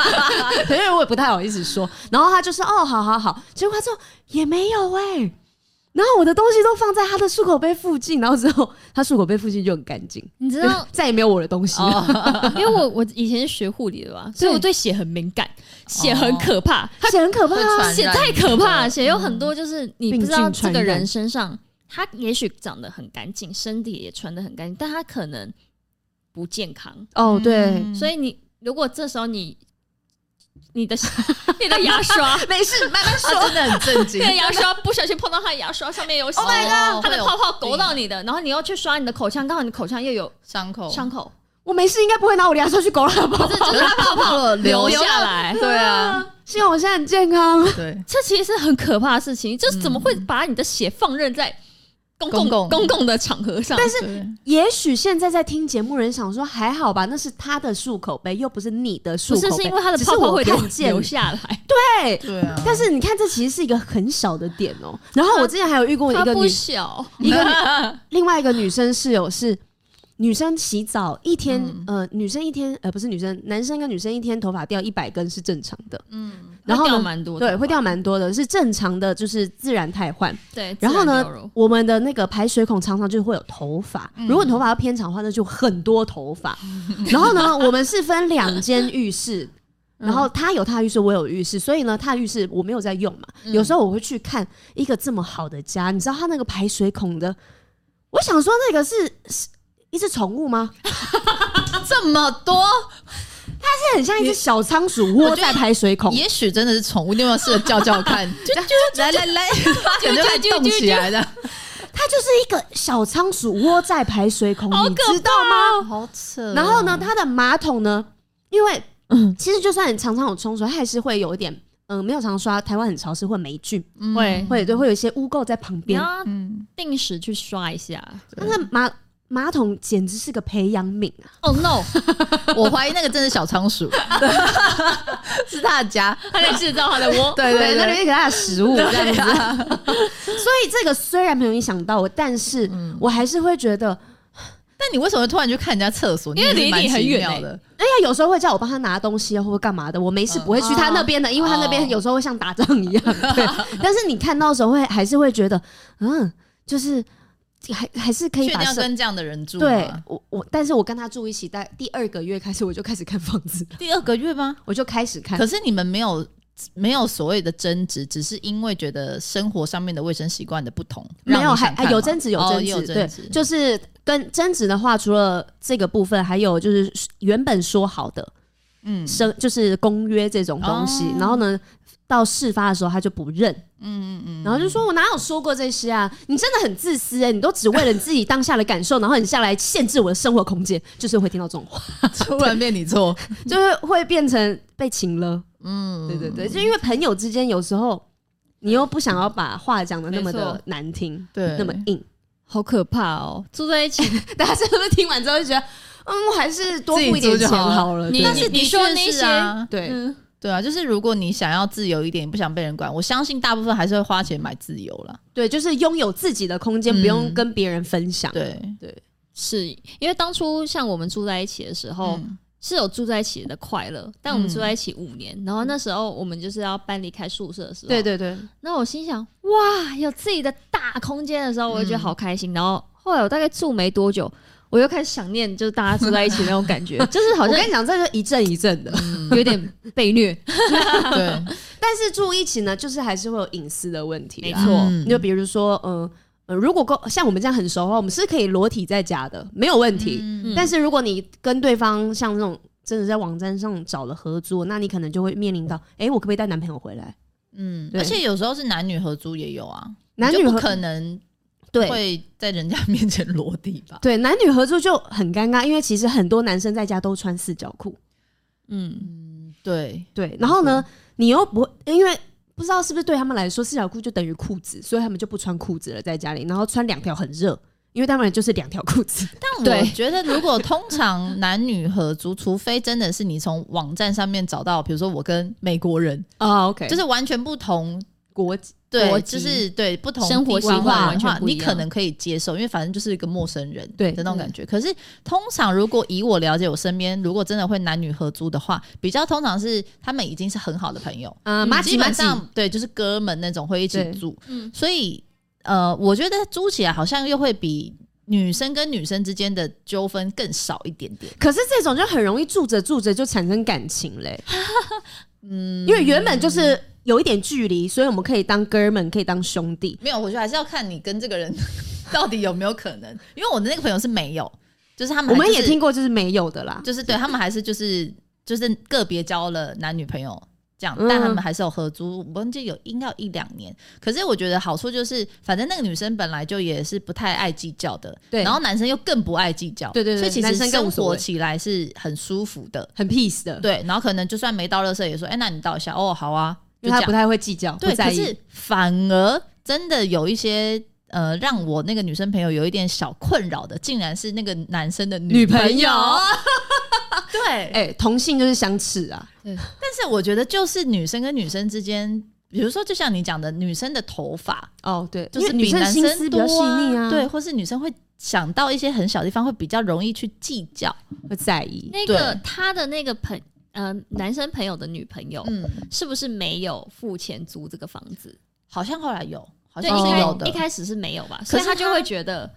对因为我也不太好意思说。然后他就说：“哦，好好好。”结果他说也没有哎、然后我的东西都放在他的漱口杯附近，然后之后他漱口杯附近就很干净，
你知道，
再也没有我的东西了。
哦 因为我我以前是学护理的吧，所以我对血很敏感，
哦
血很可怕，
血很可怕
会传
啊，
染
血太可怕，血有很多就是你不知道
病菌
这
传
个
染
人身上，他也许长得很干净，身体也穿得很干净，但他可能不健康，
哦对，
嗯
所以你如果这时候你你的 你的牙刷。
没事，慢慢
他真的很震惊
你的牙刷不小心碰到他的牙刷上面有血，哦
my god！
他的泡泡勾到你的，然后你又去刷你的口腔，刚好你口腔又有
伤口，
伤口，
我没事，应该不会拿我的牙刷去勾了吧？
不 是就是它泡泡流
流
下
下
来，
对啊，
幸好我现在很健康。
对，
这其实是很可怕的事情，就是怎么会把你的血放任在公共
公共
的场合上？
但
是
对
也许现在在听节目人想说还好吧，那是他的漱口杯，又不是你的漱
不
口杯，
是是因为它的
只是
泡泡
我
会流
看见
流下来？
对。
对啊，
但是你看，这其实是一个很小的点哦、然后我之前还有遇过一
它
个
不
女，嗯
小，
一个女，另外一个女生室友是女生洗澡一天，
嗯
呃，女生一天，呃，不是女生，男生跟女生一天头发掉一百根是正常的，
嗯，
然后
会掉
呢，
蛮多的，
对，会掉蛮多的，是正常的，就是自然汰换。
对。
然后
自
呢
掉肉，
我们的那个排水孔常常就会有头发，如果你头发要偏长的话，那就很多头发。然后呢，我们是分两间浴室。然后他有他的浴室，我有浴室，所以呢，他的浴室我没有在用嘛。有时候我会去看一个这么好的家，你知道他那个排水孔的，我想说那个是是一只宠物吗？
这么多，
它很像一只小仓鼠窝在排水孔，
也许真的是宠物，你有没有试着叫叫看？就就来来来，把卷就开始动起来的，
它就是一个小仓鼠窝在排水孔，
好
你
可
知道吗？
好扯
然后呢，？它的马桶呢，因为、
嗯
其实就算你常常有冲水，它还是会有一点，嗯、没有常刷。台湾很潮湿，会霉菌，
会
会对，会有一些污垢在旁
你
边。
要
嗯，
定时去刷一下。
但是马马桶简直是个培养皿啊！
哦 no，
我怀疑那个真的是小仓鼠，是他的家，
他在制造他的窝。
对
对，
对
那里
对，
面给它的食物这样
对
子。
啊
所以这个虽然没有影响到我，但是
嗯
我还是会觉得，
那你为什么突然去看人家厕所？
因为
你也是
离你
蛮
很
奇
远
妙
欸
的，
哎呀，有时候会叫我帮他拿东西啊或者干嘛的，我没事
嗯
不会去他那边的，因为他那边
哦
有时候会像打仗一样。对，但是你看到的时候会还是会觉得，嗯，就是还还是可以
确定
把
要
生
跟这样的人住吗？
对我我，但是我跟他住一起，大概第二个月开始我就开始看房子了，
第二个月吗？
我就开始看
可。是你们没有没有所谓的争执，只是因为觉得生活上面的卫生习惯的不同，
没有，
让你
还
想看
还有
吗
争执，有
哦
争
也
执，
有
对
争执，，
就是跟争执的话，除了这个部分，还有就是原本说好的
嗯
生，就是公约这种东西，
哦
然后呢，到事发的时候他就不认，
嗯嗯嗯，
然后就说：“我哪有说过这些啊？你真的很自私哎、你都只为了你自己当下的感受，然后你下来限制我的生活空间，就是会听到这种话，
突然变你错，
就是会变成被请了。
嗯，
对对对，就因为朋友之间有时候你又不想要把话讲的那么
没
的
错
难听，
对，
那么硬，
好可怕哦！住在一起，
大家是不是听完之后就觉得，嗯，我还是多付一
自己
点
租就
钱
好了
好了？
你
对
但是
你
的
说
确
那
是
些
啊，
对。
嗯，
对啊，就是如果你想要自由一点，你不想被人管，我相信大部分还是会花钱买自由啦。
对，就是拥有自己的空间，
嗯
不用跟别人分享。
对，
是因为当初像我们住在一起的时候，
嗯
是有住在一起的快乐，但我们
嗯
住在一起五年，然后那时候我们就是要搬离开宿舍的时候，
对对对，
那我心想，哇，有自己的大空间的时候，我就
嗯
觉得好开心。然后后来我大概住没多久，我又开始想念，就是大家住在一起那种 感觉，就是好
我
像
跟你讲，这就是一阵一阵 的。
有点被虐。
嗯 对，
但是住一起呢，就是还是会有隐私的问题啦。
没错
嗯
就比如说，嗯、呃，如果够像我们这样很熟的话，我们是可以裸体在家的，没有问题。
嗯
但是如果你跟对方像这种真的在网站上找了合租，那你可能就会面临到，哎、我可不可以带男朋友回来？
嗯，
对
而且有时候是男女合租也有啊，
男
你
女
就不
合
可能
对
会在人家面前裸体吧？
对，男女合租就很尴尬，因为其实很多男生在家都穿四角裤，
嗯，
对，
对，然后呢，你又不因为。不知道是不是对他们来说，四角裤就等于裤子，所以他们就不穿裤子了，在家里，然后穿两条很热，因为他们就是两条裤子。
但我
对
觉得，如果通常男女合租，除非真的是你从网站上面找到，比如说我跟美国人，
啊、o k
就
就是
是完全不同，
国籍
国
对，
籍
就是对不同
生活
地方
习惯
的
完全
话
不一
你
样
可能可以接受，因为反正就是一个陌生人，
对
的那种感觉。可是通常，如果以我了解，我身边如果真的会男女合租的话，比较通常是他们已经是很好的朋友，
啊，马
嗯基
吉马
本
吉，
上对，就是哥们那种会一起
对
住，
嗯
所以呃，我觉得租起来好像又会比女生跟女生之间的纠纷更少一点点。
可是这种就很容易住着住着就产生感情嘞、
嗯，
因为原本就是有一点距离，所以我们可以当哥们，可以当兄弟。
没有，我觉得还是要看你跟这个人 到底有没有可能。因为我的那个朋友是没有，就是他们
我们
还嗯就
也
是
听，过就是没有的啦，
就是对他们还是就是就是个别交了男女朋友这样，
嗯
但他们还是有合租，我忘记有应该有一两年。可是我觉得好处就是，反正那个女生本来就也是不太爱计较的，
对
然后男生又更不爱计较，
对对对
所以其
男
实
生更无
生
所谓嗯
活起来是很舒服的。
很 peace 的，
对，然后可能就算没到垃圾也说，哎、那你倒一下，哦，好啊，
因
就这
为
样
他不。太会计较，
对，
不在
可
意。
是反而真的有一些呃，让我那个女生朋友有一点小困扰的，竟然是那个男生的
女
朋
朋友，
对，
哎、同性就是相斥啊，
但是我觉得就是女生跟女生之间，比如说就像你讲的，女生的头发
哦，对，
就
因
是
为女
比
生
男
心
生
思比
多
较细腻啊，
对，，或是女生会想到一些很小地方，会比较容易去计较。
会在意。
那个他的那个朋呃男生朋友的女朋友、
嗯，
是不是没有付钱租这个房子？
好像后来有，好
对，
像
一
是
开、
有的
一。开始是没有吧，
是
所以他就
他
会觉得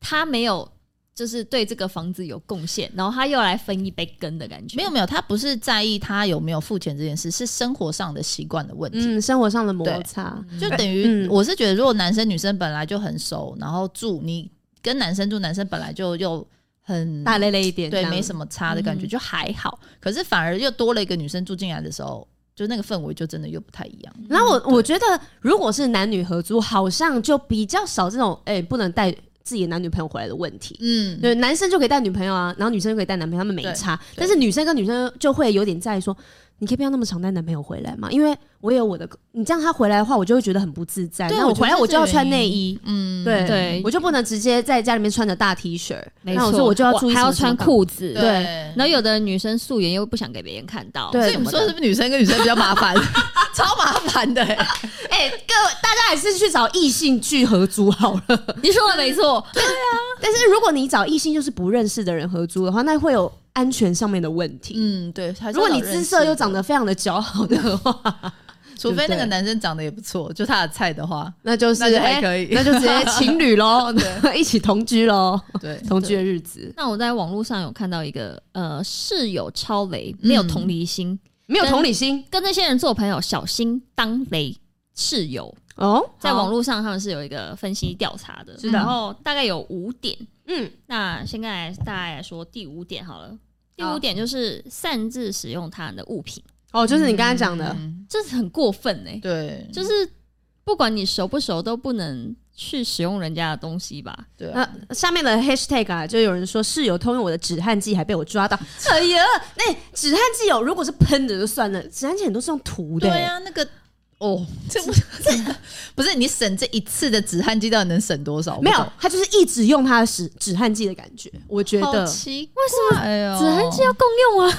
他没有，就是对这个房子有贡献，然后他又来分一杯羹的感觉。
没有没有，他不是在意他有没有付钱这件事，是生活上的习惯的问题。
嗯，生活上的摩
对
擦，
就
嗯
等于
嗯
我是觉得，如果男生女生本来就很熟，然后住你跟男生住，男生本来就又很
大咧咧一点，
对，没
么。
什么差的感觉，
嗯
就还好。可是反而又多了一个女生住进来的时候，就那个氛围就真的又不太一样。
然后我我觉得，如果是男女合租，好像就比较少这种哎、不能带自己的男女朋友回来的问题。
嗯，
对，男生就可以带女朋友啊，然后女生就可以带男朋友，他们没差。
对
但是女生跟女生就会有点在意说，你可以不要那么常带男朋友回来嘛，因为我有我的，你这样他回来的话，我就会觉得很不自在。
对
那
我
我
觉
回来
得
我
这
就要
原
穿
因
内衣，
嗯
对
对
我就不能直接在家里面穿着大 T 恤，
没
那
错，
我说我就要注意
还要
什么
穿
什么
裤子。
对。
然后有的女生素颜又不想给别人看到，
对
所以你们说是不是女生跟女生比较麻烦， 超麻烦的、欸？
档。哎、各位大家还是去找异性去合租好了。
你说的没错，
但是如果你找异性就是不认识的人合租的话，那会有安全上面的问题。
嗯，对。还是
如果你
要有认
姿
识
色又长得非常的姣好的话，
除非那
对
个男生长得也不错，就他的菜的话，
那就是
那就还
哎
可以
那就直接情侣 喽， 一起同居喽，
对，
哦同居的日子
那我在网络上有看到一个呃室友超雷，没
嗯
有同理心，
没有同理心
跟那些人做朋友小心当雷室友。
哦。
在网络上他们是有一个分析调查的，
是的
然后大概有五点。
嗯，
那先跟来大家来说第五点好了。第
好
五点就是擅自使用他人的物品，
哦，就是你刚刚讲的，
嗯
这是很过分哎、
对，
就是不管你熟不熟，都不能去使用人家的东西吧？
对啊、
那、下面的 hashtag 啊，就有人说室友偷用我的止汗剂，还被我抓到。 哎呀，那、止汗剂哦有如果是喷的就算了，止汗剂很多是用涂的、
对啊，那个 哦，这不不是你省这一次的止汗剂到底能省多少？
欸没有，他就是一直用他的止止汗剂的感觉，我觉
我不懂，
得
好奇怪哦，
止汗剂要共用啊，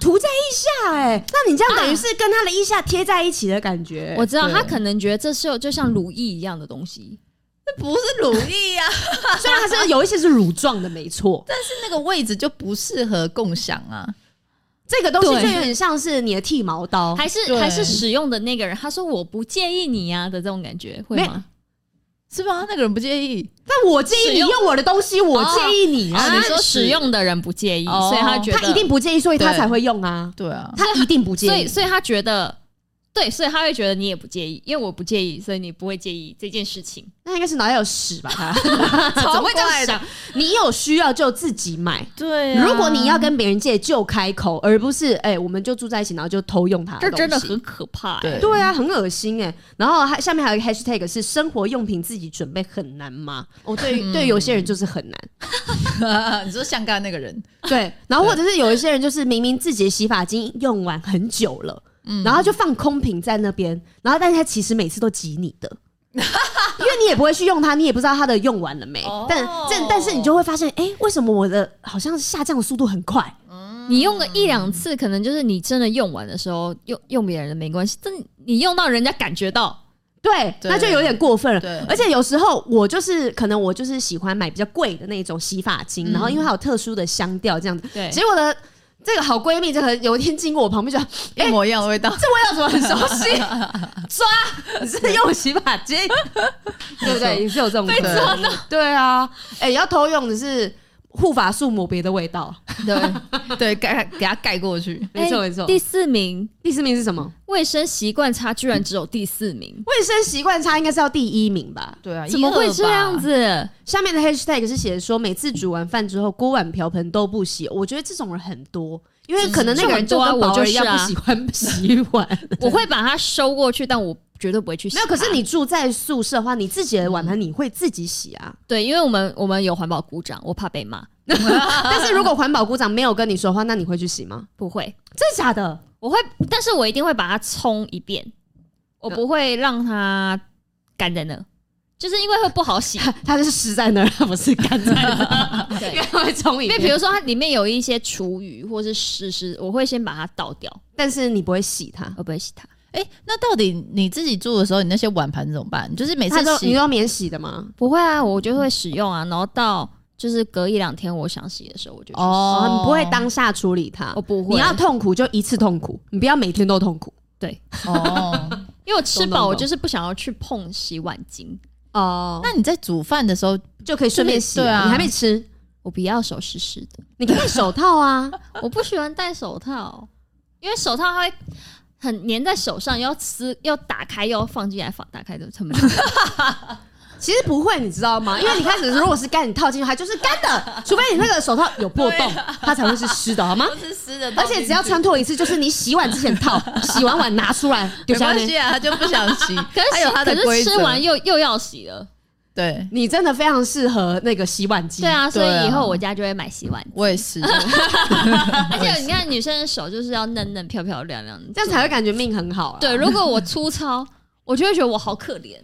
涂在腋下、哎，那你这样等于是跟他的腋下贴在一起的感觉。
我知道
对
他可能觉得这是有就像乳液一样的东西，
那不是乳液啊，
虽然它是有一些是乳状的，没错，
但是那个位置就不适合共享啊。
这个东西
对
就有点像是你的剃毛刀，
还是
哦对
还是使用的那个人，他说我不介意你呀、的这种感觉会
没
吗？
是吧？那个人不介意，
但我建议你用我的东西，我建议你
啊
啊，
你说使用的人不介意，
哦
所以他觉得
他一定不介意，所以他
对
才会用啊，
对啊，
他一定不介
所以
意。
所以他觉得对，所以他会觉得你也不介意，因为我不介意，所以你不会介意这件事情。
那应该是脑袋有屎 吧？他
怎
怎么会这样想？你有需要就自己买。
对啊
如果你要跟别人借，就开口，而不是哎、我们就住在一起，然后就偷用它。
这真的很可怕、欸。
对
对啊，很恶心哎、然后还下面还有一个 hashtag 是生活用品自己准备很难吗？哦，对 于，对于有些人就是很难。
你说像刚才那个人，
对，然后或者是有一些人就是明明自己的洗发精用完很久了，
嗯
然后就放空瓶在那边，然后但是他其实每次都挤你 的。因为你也不会去用它，你也不知道它的用完了没，
哦
但但但是你就会发现，哎、为什么我的好像下降的速度很快？
你用个一两次，可能就是你真的用完的时候用用别人的没关系，但你用到人家感觉到，
对，
对
那就有点过分了。
对
而且有时候我就是可能我就是喜欢买比较贵的那种洗发精，
嗯
然后因为它有特殊的香调这样子，
对
结果呢，这个好闺蜜，这个有一天经过我旁边就，
一模一样的 味道。
这味道怎么很熟悉？抓， 你是用洗发精， 对不对？也是有这种被
抓
到，对啊，哎、要偷用的是护发素抹别的味道，
对对，盖给它盖过去。
没错
哎
没错。
第四名，
第四名是什么？
卫生习惯差居然只有第四名，
卫生习惯差应该是要第一名吧？
对啊，
怎么会这样
子？
子？
下面的 hashtag 是写说每次煮完饭之后锅碗瓢盆都不洗，我觉得这种人很多，因为可能那个人就跟
这种很多啊
宝
我就
儿一
是
样
啊
不喜欢洗碗。
我会把它收过去，但我绝对不会去洗
没
它。
有，可是你住在宿舍的话，你自己的碗盘你会自己洗啊。
对，因为我们我们有环保鼓掌，我怕被骂，
但是如果环保股长没有跟你说话，那你会去洗吗？
不会，
真的假的？
我会，但是我一定会把它冲一遍，我不会让它干在那，就是因为会不 好洗。
他就是湿在那儿，他不是干在那 儿，
对
因为他会冲一
因
遍
为比如说它里面有一些厨余或是湿湿，我会先把它倒掉，
但是你不会洗它，
我不会洗它。
哎，那到底你自己住的时候，你那些碗盘怎么办？你就是每次
他都你
洗
都免洗的吗？
不会啊，我就会使用啊，然后到就是隔一两天我想洗的时候我就去洗。
哦，
哦
你不会当下处理它
我，不会，
你要痛苦就一次痛苦，你不要每天都痛苦
哦。
因为我吃
懂懂
饱，我
懂
就是不想要去碰洗碗巾，
哦，
那你在煮饭的时候，
那就可以顺便洗
就是对
啊。
啊
你还没吃，
我不要手湿湿的，
你可以戴手套啊，
我不喜欢戴手套，因为手套它会很粘在手上，要撕，要打开，要放进来，放打开的，他们
其实不会，你知道吗？因为你开始如果是干，你套进去它就是干 的，除非你那个手套有破洞，它才会是湿的，好 吗？
是湿的
而且只要穿脱一次，就是你洗碗之前套，洗完碗拿出来丢
没
下
关
面。
系啊，他就不想 洗。
可
还有
是
他
可
的规
是
则
吃完又又要洗了，
对，
你真的非常适合那个洗碗机。
对，啊，所
对
以
啊
以后我家就会买洗 碗机，
我也是。
而且你看女生的手就是要嫩嫩漂漂亮亮的，
这样才会感觉命很好、啊。
对。如果我粗糙，我就会觉得我好可怜，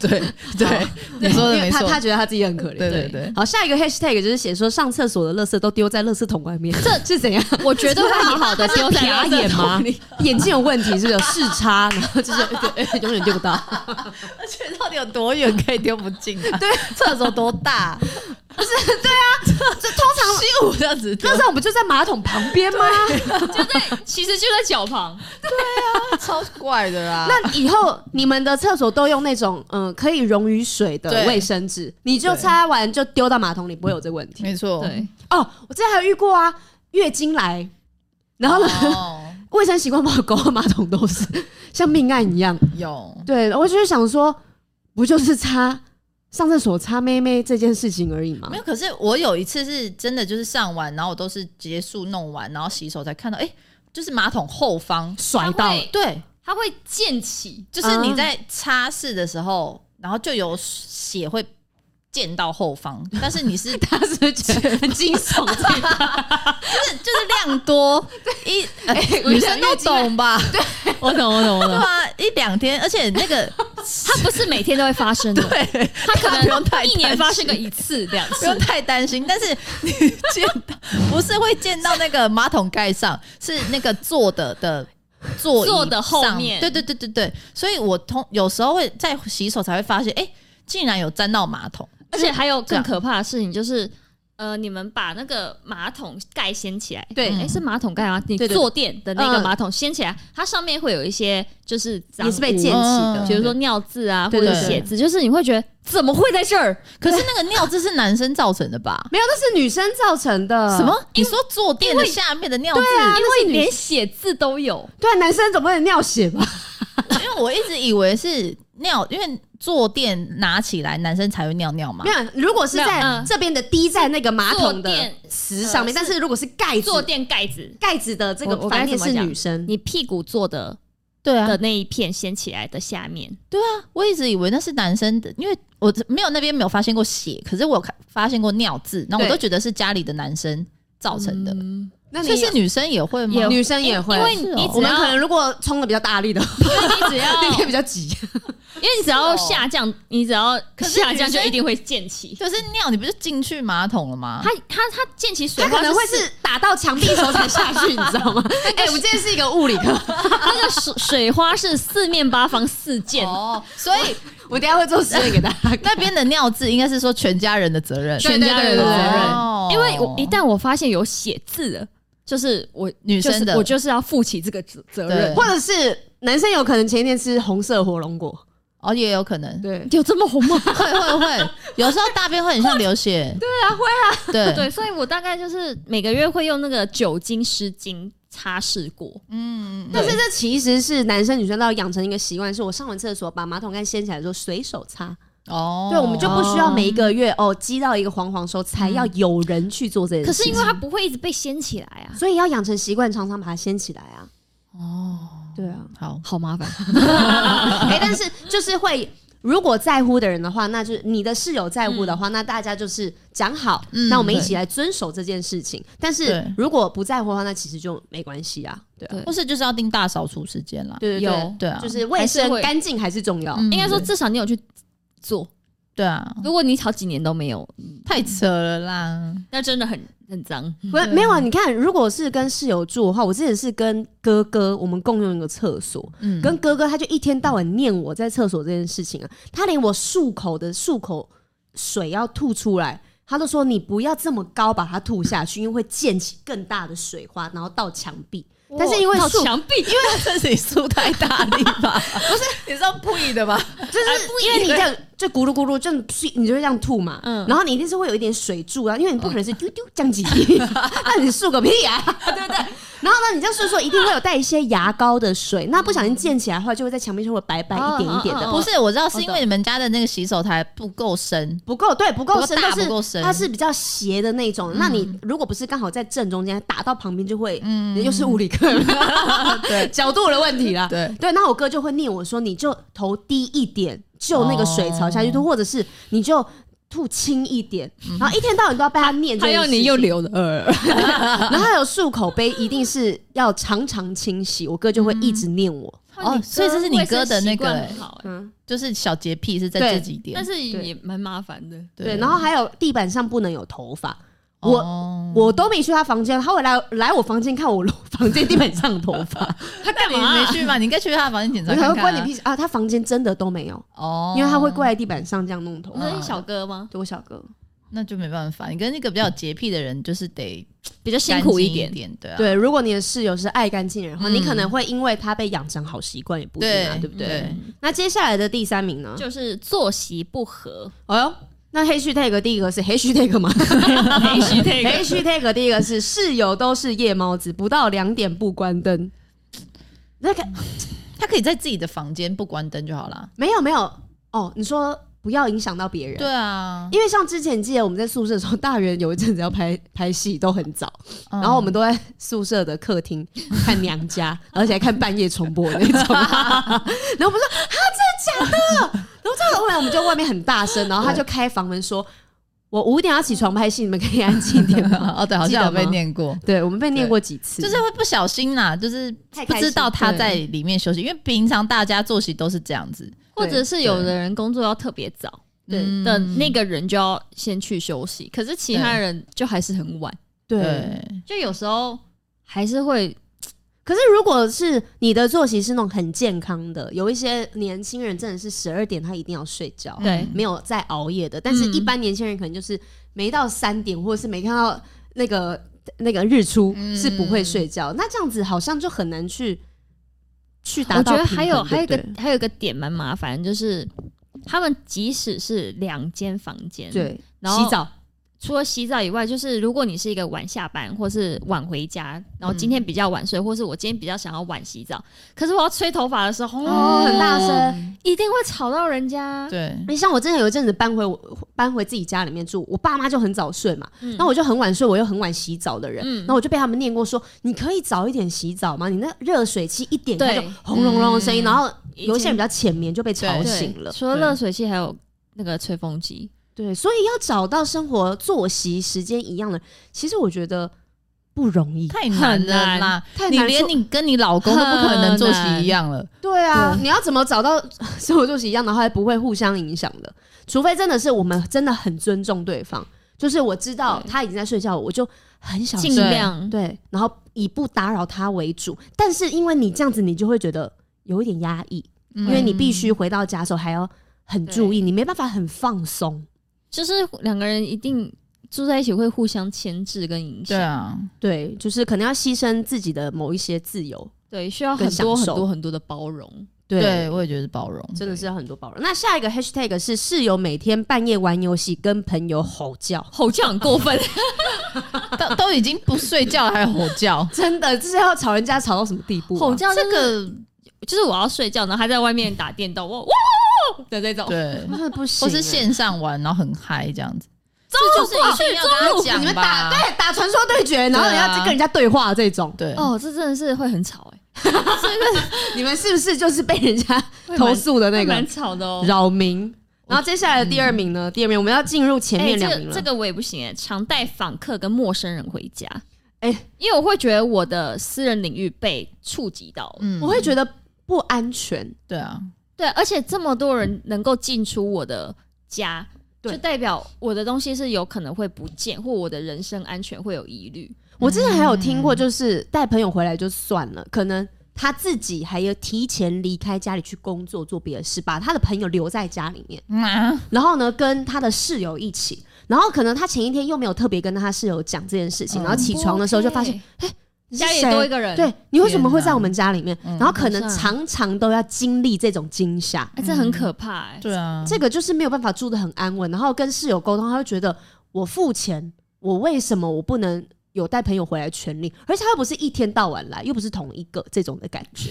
对对，你说的
因为
没
他
错。
他觉得他自己很可怜。
对对对，
好，下一个 hashtag 就是写说上厕所的垃圾都丢在垃圾桶外面，这是怎 样？
我绝对会好好的丢在
瞎
垃圾
眼吗
桶里？
眼睛有问题是不是有视差？然后就是 对永远丢不到。
而且到底有多远可以丢不进 啊？对，厕所多大？不是，对啊，这通常虚无这样子丢
那，时候我们就在马桶旁边吗？
其实就在脚旁，
超怪的啦。
那以后你们的厕所都用那种嗯、呃可以溶于水的
对
卫生纸，你就
对
擦完就丢到马桶里，不会有这个问题。
没错，
对，
哦，我之前还有遇过啊，月经来，然后呢，
哦，
卫生习惯不好，狗和马桶都是 像命案一样。
有
对，我就是想说，不就是擦上厕所擦妹妹这件事情而已吗
没？有？可是我有一次是真的就是上完，然后我都是结束弄完，然后洗手才看到，哎、就是马桶后方，
甩
它
到
会
对，
它会溅起，
就是你在擦拭的时候，然后就有血会溅到后方，但是你是
他是不是觉得很惊悚，
就是量多一、呃 女生都懂吧？
我懂，我懂，我
对。啊，一两天，而且那个
它不是每天都会发生的，
对，
它可
不用
能
太
一年
担
发
心
生个一次、两
不
次。
用太担心，但是你见到不是会见到那个马桶盖上，是那个坐的的座椅
坐的后
上
面
对对对对对，所以我通有时候会在洗手才会发现，哎、竟然有沾到马桶，
而且还有
这
啊
更
样
可怕的事情就是，呃，你们把那个马桶盖掀起来，
对
哎、
嗯
是马桶盖吗？你
对对对
坐垫的那个
嗯
马桶掀起来，它上面会有一些就是脏
也是被
污
溅起的
嗯。
比如说尿渍啊，
对
或
对
者
对
血渍，就是你会觉得怎么会在这儿？
可是那个尿渍是男生造成的吧？
没有，那是女生造成的。
什？么？你说坐垫的下面的尿
啊
渍？
呃因为连血渍都有，
对啊，男生总不能尿血吧？
啊
因为我一直以为是尿，因为坐垫拿起来男生才会尿尿 嘛
没。有，如果是
没有
在
嗯
这边的滴在那个马桶
坐
的
垫
瓷上面，
呃
但是如果是盖子
坐垫盖子，
盖子的这个
我我
反
该
面
怎么
是
讲
女生，
你屁股坐的
对啊
的，那一片掀起来的下面，
对啊，我一直以为那是男生的，因为我没有那边没有发现过血，可是我有看发现过尿渍，那我
对
都觉得是家里的男生造成的，
嗯
那
所以是女生也会吗？
女生也会，
因为
是哦
你
我
只
们可
要，
能如果冲的比较大力的，
因为你只要，
那边比较挤。
因为你只
哦
要下降，你只要
可是
下
女
降就
生
一定会溅起。
可是尿你不是进去马桶了吗
它？它它溅起水
他
花
可能会
是
是打到墙壁的时候才下去，你知道吗？ 哎、我们今天是一个物理课，
那个水水花是四面八方四溅，
哦，所以
我等一下会做实验给大家看。
那边的尿渍应该是说全家人的责任，
全家人的责任
哦
因为我一旦我发现有写字了，就是我
女
就
生
是
的
我就是要负起这个责责任
对，
或者是男生有可能前一天吃红色火龙果，
哦也有可能，
对，
有这么 红吗？
会会会，有时候大便会很像流血，对啊会 啊，对
对，所以我大概就是每个月会用那个酒精湿巾擦拭过。
嗯，
但
但
是
是
这其实是男生女生都要养成一个习惯，是我上完厕所把马桶盖掀起来的时候随手擦，
哦，
对，我们就不需要每一个月哦积到一个黄黄的时候才要有人去做这件
可
事
是
情，
因为它不会一直被掀起来啊，
所以要养成习惯，常常把它掀起来啊。
哦，
对啊，
好，
好麻烦。
哎、但是就是会。如果在乎的人的话，那就是你的室友在乎的话，
嗯
那大家就是讲好，
嗯
那我们一起来遵守这件事情。但是
对
如果不在乎的话，那其实就没关系啊，对啊，
对
或是就是要定大扫除时间啦，
对对对
有，
对啊，
就是卫
还
生
是会
干净还是重要。
嗯
应该说至少你有去做，
对啊，
如果你好几年都没有，
太扯了啦，
那真的很很脏。
不是，没有啊！你看，如果是跟室友住的话，我之前是跟哥哥，我们共用一个厕所。
嗯，
跟哥哥，他就一天到晚念我在厕所这件事情啊，他连我漱口的漱口水要吐出来，他都说你不要这么高把它吐下去，因为会溅起更大的水花，然后到墙壁。但是因为
哇
漱
墙壁，因为
这是你输太大力吧？不是，你知道不宜的吧？
就是呃因为你这样就咕噜咕噜，就你就会这样吐嘛，
嗯
然后你一定是会有一点水柱啊，因为你不可能是丢丢这样挤， 那你漱个屁啊， 对不对？然后呢，你这样漱漱一定会有带一些牙膏的水，那不小心溅起来的话，就会在墙壁上会白白一点一点的，
哦
不是，我知道是因为你们家的那个洗手台不够深，
不够对，不
不
够
够
深，
大，
但
不
是
够深，
它是比较斜的那种，那你如果不是刚好在正中间打到旁边，就会，嗯，又是物理课了，
对
角度的问题啦。
对，
对，那我哥就会念我说，你就头低一点，就那个水槽下去吐，或者是你就吐轻一点，然后一天到晚都要被他念这
还
件
有
事情，
你又流了耳，
然后还有漱口杯一定是要常常清洗，我哥就会一直念我，
哦所以这是你哥的那个
卫生习惯很好欸
嗯，
就是小洁癖是在
对
这几点，
但是也蛮麻烦的。
对，然后还有地板上不能有头发，我
哦我
我都没去他房间，他会来来我房间看我房间地板上的头发。
他干
你
嘛
没
啊？
去吗？ 你应该去他的房间检查
我
看
想
看啊，
说关你屁事啊！他房间真的都没有，
哦，
因为他会跪在地板上这样弄头发。
那啊是小哥吗？
对我小哥，
那就没办法，你跟那个比较有洁癖的人，就是得
比较辛苦
干净
一
一
点，
对啊，
对，如果你的室友是爱干净的人的话，
嗯
你可能会因为他被养成好习惯也不一定啊，
对
对不对？
对，
那接下来的第三名呢？
就是作息不合。
哎呦，那黑 a 泰格第一个是黑 a 泰 格吗？
啊
没事，这
黑 a 泰格第一个是室友都是夜猫子，不到两点不关灯。那个
他可以在自己的房间不关灯就好啦。
没有没有哦，你说不要影响到别人，
对啊，
因为像之前你记得我们在宿舍的时候，大圆有一阵子要拍拍戏都很早，
嗯
然后我们都在宿舍的客厅看《娘家》，而且还看半夜重播的那种。 然后我们说啊，真的假的？然后这样后来我们就外面很大声，然后他就开房门说：“我五点要起床拍戏，你们可以安静一点吗
哦对，好
记得
像有被
吗
念过？”，
对，我们被念过几次，
就是会不小心啦，就是
太
不
开心
知道他在里面休息，因为平常大家作息都是这样子。
或者是有的人工作要特别早。
对
嗯
的那个人就要先去休息，可是其他人就还是很晚，
对。
对，
就有时候还是会
可是如果是你的作息是那种很健康的，有一些年轻人真的是十二点他一定要睡
嗯
觉，
对
没有在熬夜的，但是
嗯
一般年轻人可能就是没到三点，或者是没看到那个那个日出
嗯
是不会睡觉。那这样子好像就很难去去达
我
到
觉
平
得
衡。
还有还有一
对
个
不
还有一个点蛮麻烦，就是他们即使是两间房
嗯
间，
对，对，
然后
洗澡
除了洗澡以外，就是如果你是一个晚下班或是晚回家，然后今天比较晚睡，或是我今天比较想要晚洗澡，可是我要吹头发的时候，
哦，很大声。
一定会吵到人家。
对，
你哎像我之前有一阵子搬回我搬回自己家里面住，我爸妈就很早睡嘛，
嗯
然后我就很晚睡，我又很晚洗澡的人，
嗯
然后我就被他们念过说，你可以早一点洗澡吗？你那热水器一点开就
对
轰隆隆的声音，
嗯
然后有一些
已经
人比较浅眠就被吵
对
醒了。
除了热水器，还有那个吹风机。
对，所以要找到生活作息时间一样的，其实我觉得不容易，
太难
很
了
难
啦！
太
你
难
连
说。
你跟你老公都不可能作息一样了，
对啊，你要怎么找到 生活作息一样，然后还不会互相影响的？除非真的是我们真的很尊重对方，就是我知道
对
他已经在睡觉，我就很小
尽
心
量
对，然后以不打扰他为主。但是因为你这样子，你就会觉得有一点压抑，
因
因为你必须回到家的时候还要很注意，你没办法很放松。
就是两个人一定住在一起会互相牵制跟影
对
响，
啊，
对，就是可能要牺牲自己的某一些自由。
对，需要
跟
很多
享
很
受
多很多的包容。
对
对我也觉得是包容，
真的是要很多包容。那下一个 hashtag 是室友每天半夜玩游戏，跟朋友吼叫，，
吼叫很过分，
都 都已经不睡觉还吼 叫
真的这是要吵人家吵到什么地步、 啊
吼
吼叫，
叫
这
这个
个
就是我要睡觉，然后他在外面打电动，我哇的这种，
对，
真的不行、欸
或是
现。
线上玩然后很嗨这样子，
这
就是一定要跟他
你
讲
们打
吧，
对打传说对决，然后
对
你
啊
要跟人家对话这种，
对
哦，这真的是会很吵哎、
你们是不是就是被人家
会蛮
投诉的那
会蛮
个
吵的哦。
扰民？然后接下来的第二名呢？第二名我们要进入前面
这
两名了。
个这个我也不行哎、常带访客跟陌生人回家，
哎
因为我会觉得我的私人领域被触及到了，
嗯
我会觉得不安全，
对啊，
对，而且这么多人能够进出我的家，
对
就代表我的东西是有可能会不见，或我的人身安全会有疑虑。
我之前还有听
嗯
过，就是带朋友回来就算了，可能他自己还有提前离开家里去工作做别的事，把他的朋友留在家里面，
嗯啊，
然后呢跟他的室友一起，然后可能他前一天又没有特别跟他室友讲这件事
嗯
情，然后起床的时候就发现你是
家里
谁
多一个啊人，
对，你为什么会
天
在
哪
我们家里面？
嗯
然后可能
好像
常常都要经历这种惊吓，
哎、这很可怕哎、
嗯对啊，
这个就是没有办法住得很安稳。然后跟室友沟通，他会觉得我付钱，我为什么我不能有带朋友回来的权利？而且他又不是一天到晚来，又不是同一个，这种的感觉，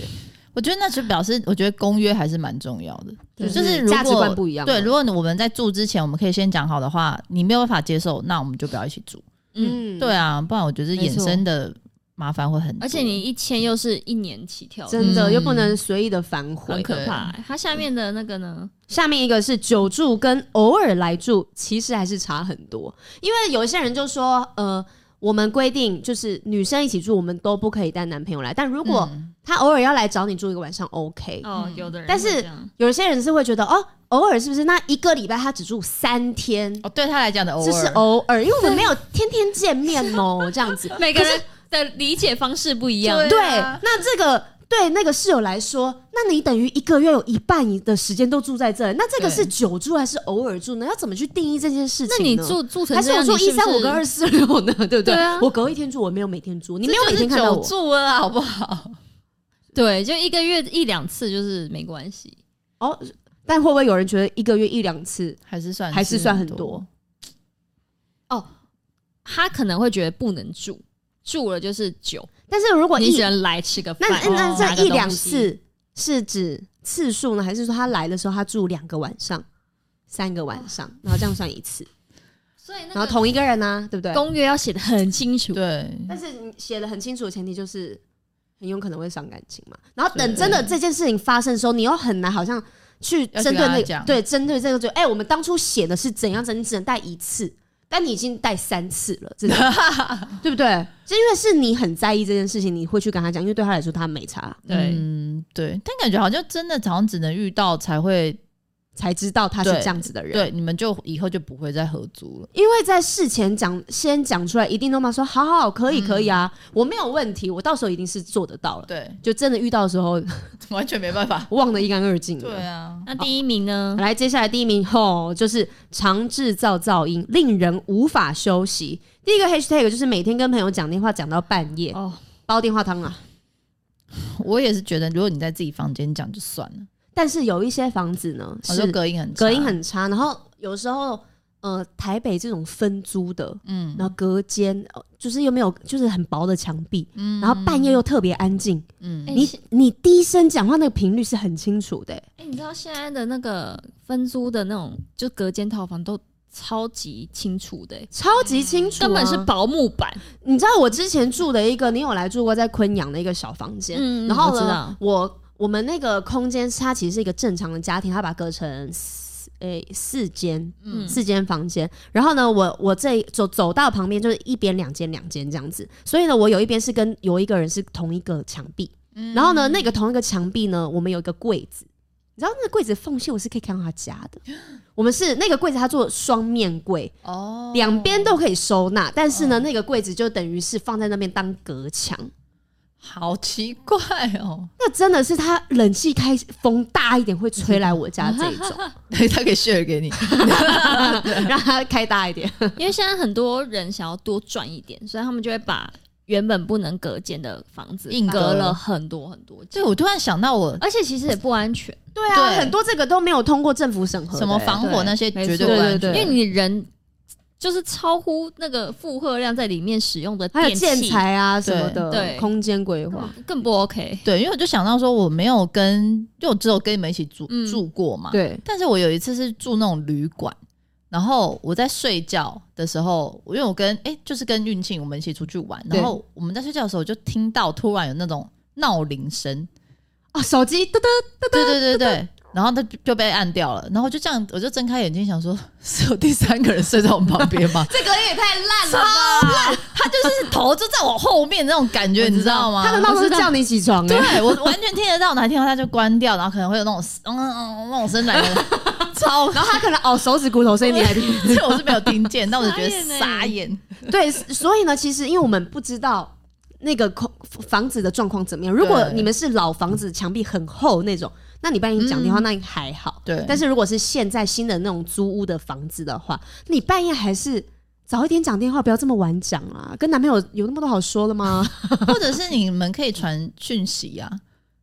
我觉得那就表示，我觉得公约还是蛮重要的，
对
就是如果
价值观不一样嘛。
对，如果我们在住之前，我们可以先讲好的话，你没有办法接受，那我们就不要一起住。
嗯，
对啊，不然我觉得
没
衍
错
生的麻烦会很多。
而且你一签又是一年起跳的，
真的
嗯
又不能随意的反
很
悔。
可怕、欸。它下面的那个呢？
下面一个是久住跟偶尔来住，其实还是差很多，因为有一些人就说，呃，我们规定就是女生一起住，我们都不可以带男朋友来，但如果
嗯
他偶尔要来找你住一个晚上，OK。
哦，
嗯
有的人
但
会
是
这样
有些人是会觉得，哦，偶尔是不是？那一个礼拜他只住三天，
哦，对他来讲的偶尔，
就是偶尔，因为我们没有天天见面哦，这样子。
每个人的理解方式不一样，
对
对
啊，
那这个对那个室友来说，那你等于一个月有一半的时间都住在这里，那这个
对
是久住还是偶尔住呢？要怎么去定义这件事情呢？
那你住住成
还是
这
我
样，
住
你
一
是不
三
是
五跟二四六 呢？对不对？
对啊
我隔一天住，我没有每天住，你没有每天看到
久
我。
住了，好不好？
对，就一个月一两次就是没关系。
哦，但会不会有人觉得一个月一两次？
还是算
还是算很
多
多，
他可能会觉得不能住，住了就是久，
但是如果
你
一
只能来吃个
那
饭。
那
哦
那这
拿个
一两
东西
次是指次数呢，还是说他来的时候他住两个晚上、三个晚上，然后这样算一次？
所以
然
那
后
个
同一个人呢、对不对？
公约要写的很清
嗯
楚。
对，
但是你写的很清楚的前提就是很有可能会伤感情嘛。然后等真的这件事情发生的时候，你又很难好像去
要去
针对
跟他
那个
讲
对针对这个就哎、我们当初写的是怎样怎样，你只能带一次。但你已经带三次了，这种对不对？就因为是你很在意这件事情，你会去跟他讲，因为对他来说他没差，
对，
嗯，对，但感觉好像真的好像只能遇到才会，
才知道他是
对
这样子的人。
对，你们就以后就不会再合租了。
因为在事前讲先讲出来，一定都嘛说好好好可以可以啊，我没有问题，我到时候一定是做得到了。
对，
就真的遇到的时候
完全没办法。
忘得一干二净了。
对啊，
那第一名呢？
来，接下来第一名吼就是常制造噪音，令人无法休息。第一个 hashtag 就是每天跟朋友讲电话讲到半夜，
哦，
煲电话汤啊。
我也是觉得，如果你在自己房间讲就算了，
但是有一些房子呢
我说
是
隔音很
隔音
差
很差，然后有时候呃台北这种分租的，
嗯
然后隔间呃就是又没有就是很薄的墙壁，
嗯
然后半夜又特别安静，
嗯
哎
你
是
你低声讲话那个频率是很清楚的、
哎、你知道现在的那个分租的那种，就隔间套房都超级清楚的欸、
超级清楚、啊
根本是薄木板。
你知道我之前住的一个，你有来住过在昆阳的一个小房间，
嗯
然后
我知
呢
道，
我我们那个空间是它其实是一个正常的家庭，它把它隔成四诶、四间，
嗯
四间房间。然后呢，我我这走走到旁边就是一边两间两间这样子，所以呢，我有一边是跟有一个人是同一个墙壁，
嗯
然后呢，那个同一个墙壁呢，我们有一个柜子，你知道那个柜子缝隙我是可以看到他家的。 我们是那个柜子，它做双面柜，
哦
嗯
两边都可以收纳，但是呢，那个柜子就等于是放在那边当隔墙，
好奇怪哦，
那真的是他冷气开风大一点会吹来我家这一种，
他可以 share 给你，
让他开大一点。
因为现在很多人想要多赚一点，所以他们就会把原本不能隔间的房子
硬
隔
隔
了很多很多间
对，我突然想到我
而且其实也不安全，
对啊，
对
很多这个都没有通过政府审核的欸，
什么防火那些
对
绝
没错
不安
对
因
全，
为你人就是超乎那个负荷量在里面使用的
还有
电器
建材啊什么
对对
的，空间规划。
更不 OK。
对，因为我就想到说我没有跟，就我只有跟你们一起住、
嗯
住过嘛，
对，
但是我有一次是住那种旅馆，然后我在睡觉的时候，因为我跟哎、就是跟运庆我们一起出去玩，
对
然后我们在睡觉的时候就听到突然有那种闹铃声，
哦，手机噔噔，
对对对对。然后他就就被按掉了，然后就这样，我就睁开眼睛想说， 是有第三个人睡在我们旁边吗？
这个也太烂
超烂， 他就是头就在我后面那种感觉，你知道吗？
他的闹钟是叫你起床欸，
对我完全听得到，哪听到他就关掉，然后可能会有那种嗯嗯嗯那种声来 的，超
然后他可能哦手指骨头声音你还听得
这我是没有听见，但我就觉
傻眼
得
欸
傻眼。
对，所以呢，其实因为我们不知道那个空房子的状况怎么样。如果
对
你们是老房子，墙壁很厚那种，那你半夜讲电话，那还好。
嗯对
但是如果是现在新的那种租屋的房子的话，你半夜还是。早一点讲电话，不要这么晚讲啊！跟男朋友有那么多好说的吗？
或者是你们可以传讯息啊，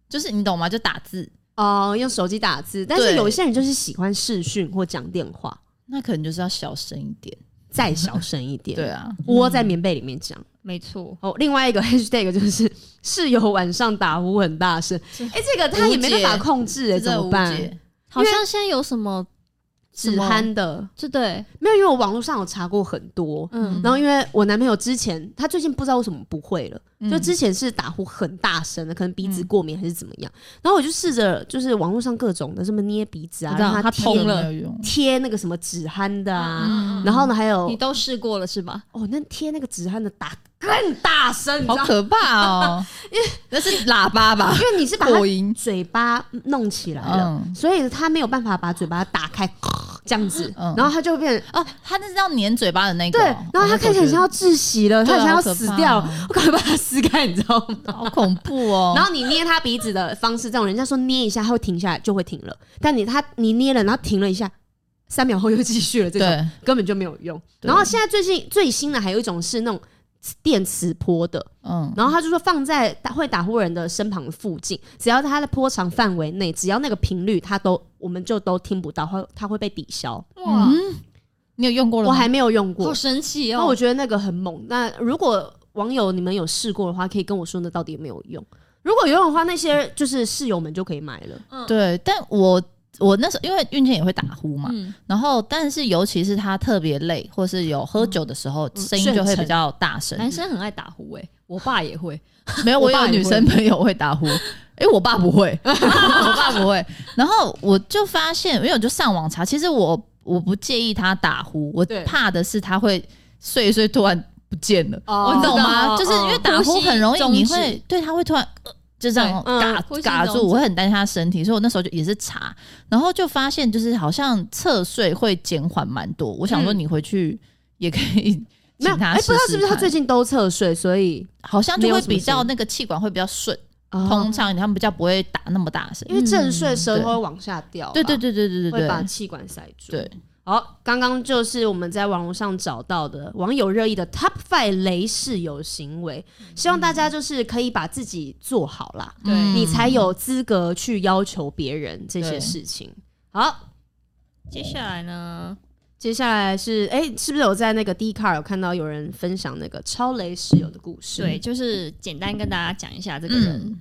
就是你懂吗？就打字，
哦、用手机打字，但是
对
有一些人就是喜欢视讯或讲电话，
那可能就是要小声一点。
再小声一点，
对，啊，
窝在棉被里面讲。
没错，
哦，另外一个 hashtag 就是室友晚上打呼很大声，哎、这个他也没办法控制哎、
这
怎
真的
么
无
办？
解。
好像现在有什么
止鼾的
就对，
没有，因为我网络上有查过很多，
嗯，
然后因为我男朋友之前他最近不知道为什么不会了，
嗯
就之前是打呼很大声的，可能鼻子过敏还是怎么样，然后我就试着就是网络上各种的什么捏鼻子啊，
我知道
让
他
贴
通了
没有用，
贴那个什么止鼾的啊，
嗯
然后呢还有
你都试过了是吧？
哦那贴那个止鼾的打更大声，你知
好
道吗？
可怕哦！那是喇叭 吧？
因为你是把它
扩音。
嘴巴弄起来了，
嗯
所以他没有办法把嘴巴打开，这样子，
嗯
然后他就会变。
哦，他那是要粘嘴巴的那个
对
哦、，
然后他看起来像要窒息了，
对
他
啊
好像要死掉了
好可怕哦，
我赶快把他撕开，你知道吗？
好恐怖哦。
然后你捏他鼻子的方式，这种人家说捏一下他会停下来，就会停了。但你他你捏了，然后停了一下，三秒后又继续了，这种
对，
根本就没有用。
对
然后现在最近最新的还有一种是那种电磁波的，
嗯，
然后他就说放在打会打呼人的身旁附近，只要在他的波长范围内，只要那个频率，他都我们就都听不到，会他会被抵消。
哇，
嗯你有用过了
我
吗？
还没有用过
好，神奇
那
哦
我！觉得那个很猛。那如果网友你们有试过的话，可以跟我说那到底有没有用？如果有用的话，那些就是室友们就可以买了。
对，但我我那时候因为运健也会打呼嘛，
嗯，
然后，但是尤其是他特别累，或是有喝酒的时
嗯
候，声音就会比较大声。
男生很爱打呼诶，我爸也会，
没有，
我
我
爸
有
也
女生朋友会 打呼，诶，我爸不会，我爸不会。然后我就发现，因为我就上网查，其实我我不介意他打呼，我
对
怕的是他会睡一睡突然不见了，
哦
你懂
我
吗？
知
就
道
是因为打
呼
呼
吸
很容易，
终
你
止
会对他会突然。呃就这样
对嗯
嘎
呼吸
嘎
终
住，
止
我会很担心他身体，所以我那时候就也是查，然后就发现就是好像侧睡会减缓蛮多。我想说
嗯
你回去也可以
没有，
请
哎、
他
不
试
知道是
试
不是他
看
最近都侧睡，所以、
好像就
没有
会
什么
比较
声音
那个气管会比较顺，
哦嗯
通常他们比较不会打那么大声
因。为正睡舌
对
头会往下掉，啊
对对，对对对对
会把
对
气管塞住。
对，
好，刚刚就是我们在网络上找到的网友热议的 Top Five 雷室友行为，希望大家就是可以把自己做好啦，
对
嗯
你才有资格去要求别人这些
对
事情。好，
接下来呢？
接下来是哎、是不是有在那个 D c a r 有看到有人分享那个超雷室友的故事？
对，，就是简单跟大家讲一下这个人。
嗯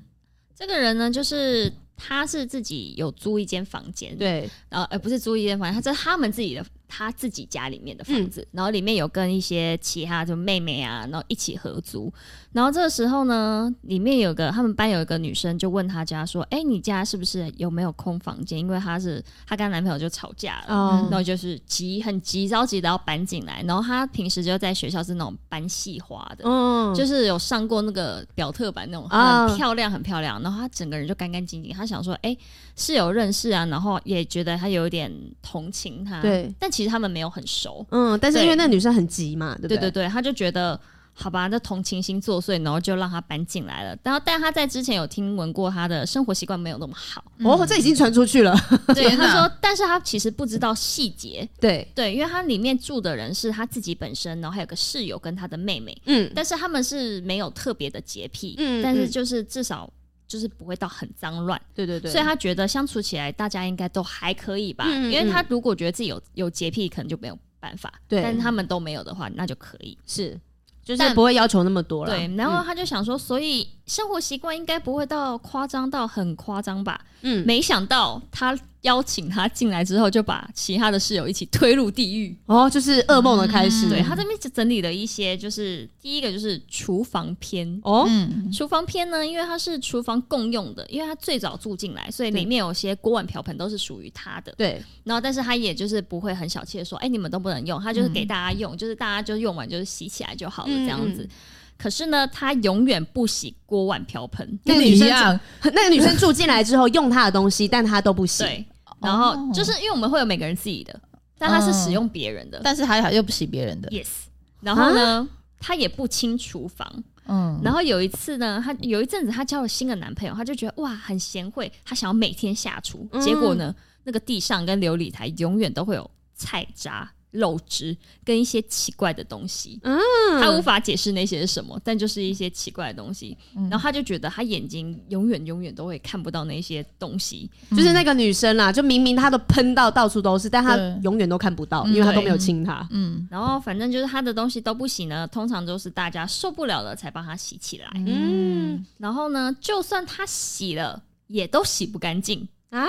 这个人呢，就是他是自己有租一间房间，，
对，
然后呃不是租一间房间，他这是他们自己的他自己家里面的房子，然后里面有跟一些其他就妹妹啊，然后一起合租。然后这个时候呢，里面有个他们班有一个女生就问他家说：“哎、你家是不是有没有空房间？因为她是她跟她男朋友就吵架了。
哦
然后就是急，很急，着急的要搬进来。然后她平时就在学校是那种班系花的，
嗯，就
就是有上过那个表特版那种，
啊
很漂亮，很漂亮。然后她整个人就干干净净。她想说，哎、室友认识啊，然后也觉得她有一点同情她。
对，
但其实他们没有很熟。
嗯，但是因为
对
那女生很急嘛，对不
对
对？
对对，她就觉得好吧，这同情心作祟，然后就让他搬进来了。然后，但他在之前有听闻过他的生活习惯没有那么好，
哦，这已经传出去 了。
对，
天哪
啊
他说，但是他其实不知道细节，
对，
对，因为他里面住的人是他自己本身，然后还有个室友跟他的妹妹，
嗯，
但是他们是没有特别的洁癖，
嗯
但是
嗯
就是至少就是不会到很脏乱，
对对对，
所以他觉得相处起来大家应该都还可以吧，
嗯嗯
因为他如果觉得自己有有洁癖，可能就没有办法，
对
但是他们都没有的话，那就可以。
是就是
但
不会嗯要求那么多了。
对，然后他就想说，所以生活习惯应该不会到夸张到很夸张吧？
嗯，嗯
没想到他邀请他进来之后，就把其他的室友一起推入地狱。
哦，就是噩梦的开始。
嗯对他这边就整理了一些，就是第一个就是厨房篇。
哦，
嗯，
厨房篇呢，因为它是厨房共用的，因为他最早住进来，所以
对
里面有些锅碗瓢盆都是属于他的。
对，
然后，但是他也就是不会很小气的说，哎、你们都不能用，他就是给大家用，就是大家就用完就是洗起来就好了
嗯
这样子。
嗯
可是呢，他永远不洗锅碗瓢盆，
那个
你
女
一
生
样，
那个女生住进来之后用她的东西，但她都不洗。哦
对。然后就是因为我们会有每个人自己的，但他是
啊
使用别人的、
但是还好又不洗别人的，
y e s 然后
啊
呢，他也不清厨房。
嗯，
然后有一次呢，她有一阵子她交了新的男朋友，她就觉得哇很贤惠，她想要每天下厨。
嗯
结果呢，那个地上跟琉璃台永远都会有菜渣、肉汁跟一些奇怪的东西。嗯，她无法解释那些是什么，但就是一些奇怪的东西。然后她就觉得她眼睛永远永远都会看不到那些东西。
就是那个女生啦，就明明她都喷到到处都是，但她
对
永远都看不到，
嗯
因为她都没有亲她。
嗯
然后反正就是她的东西都不洗呢，通常都是大家受不了了才帮她洗起来。
嗯，
然后呢，就算他洗了，也都洗不干净
啊！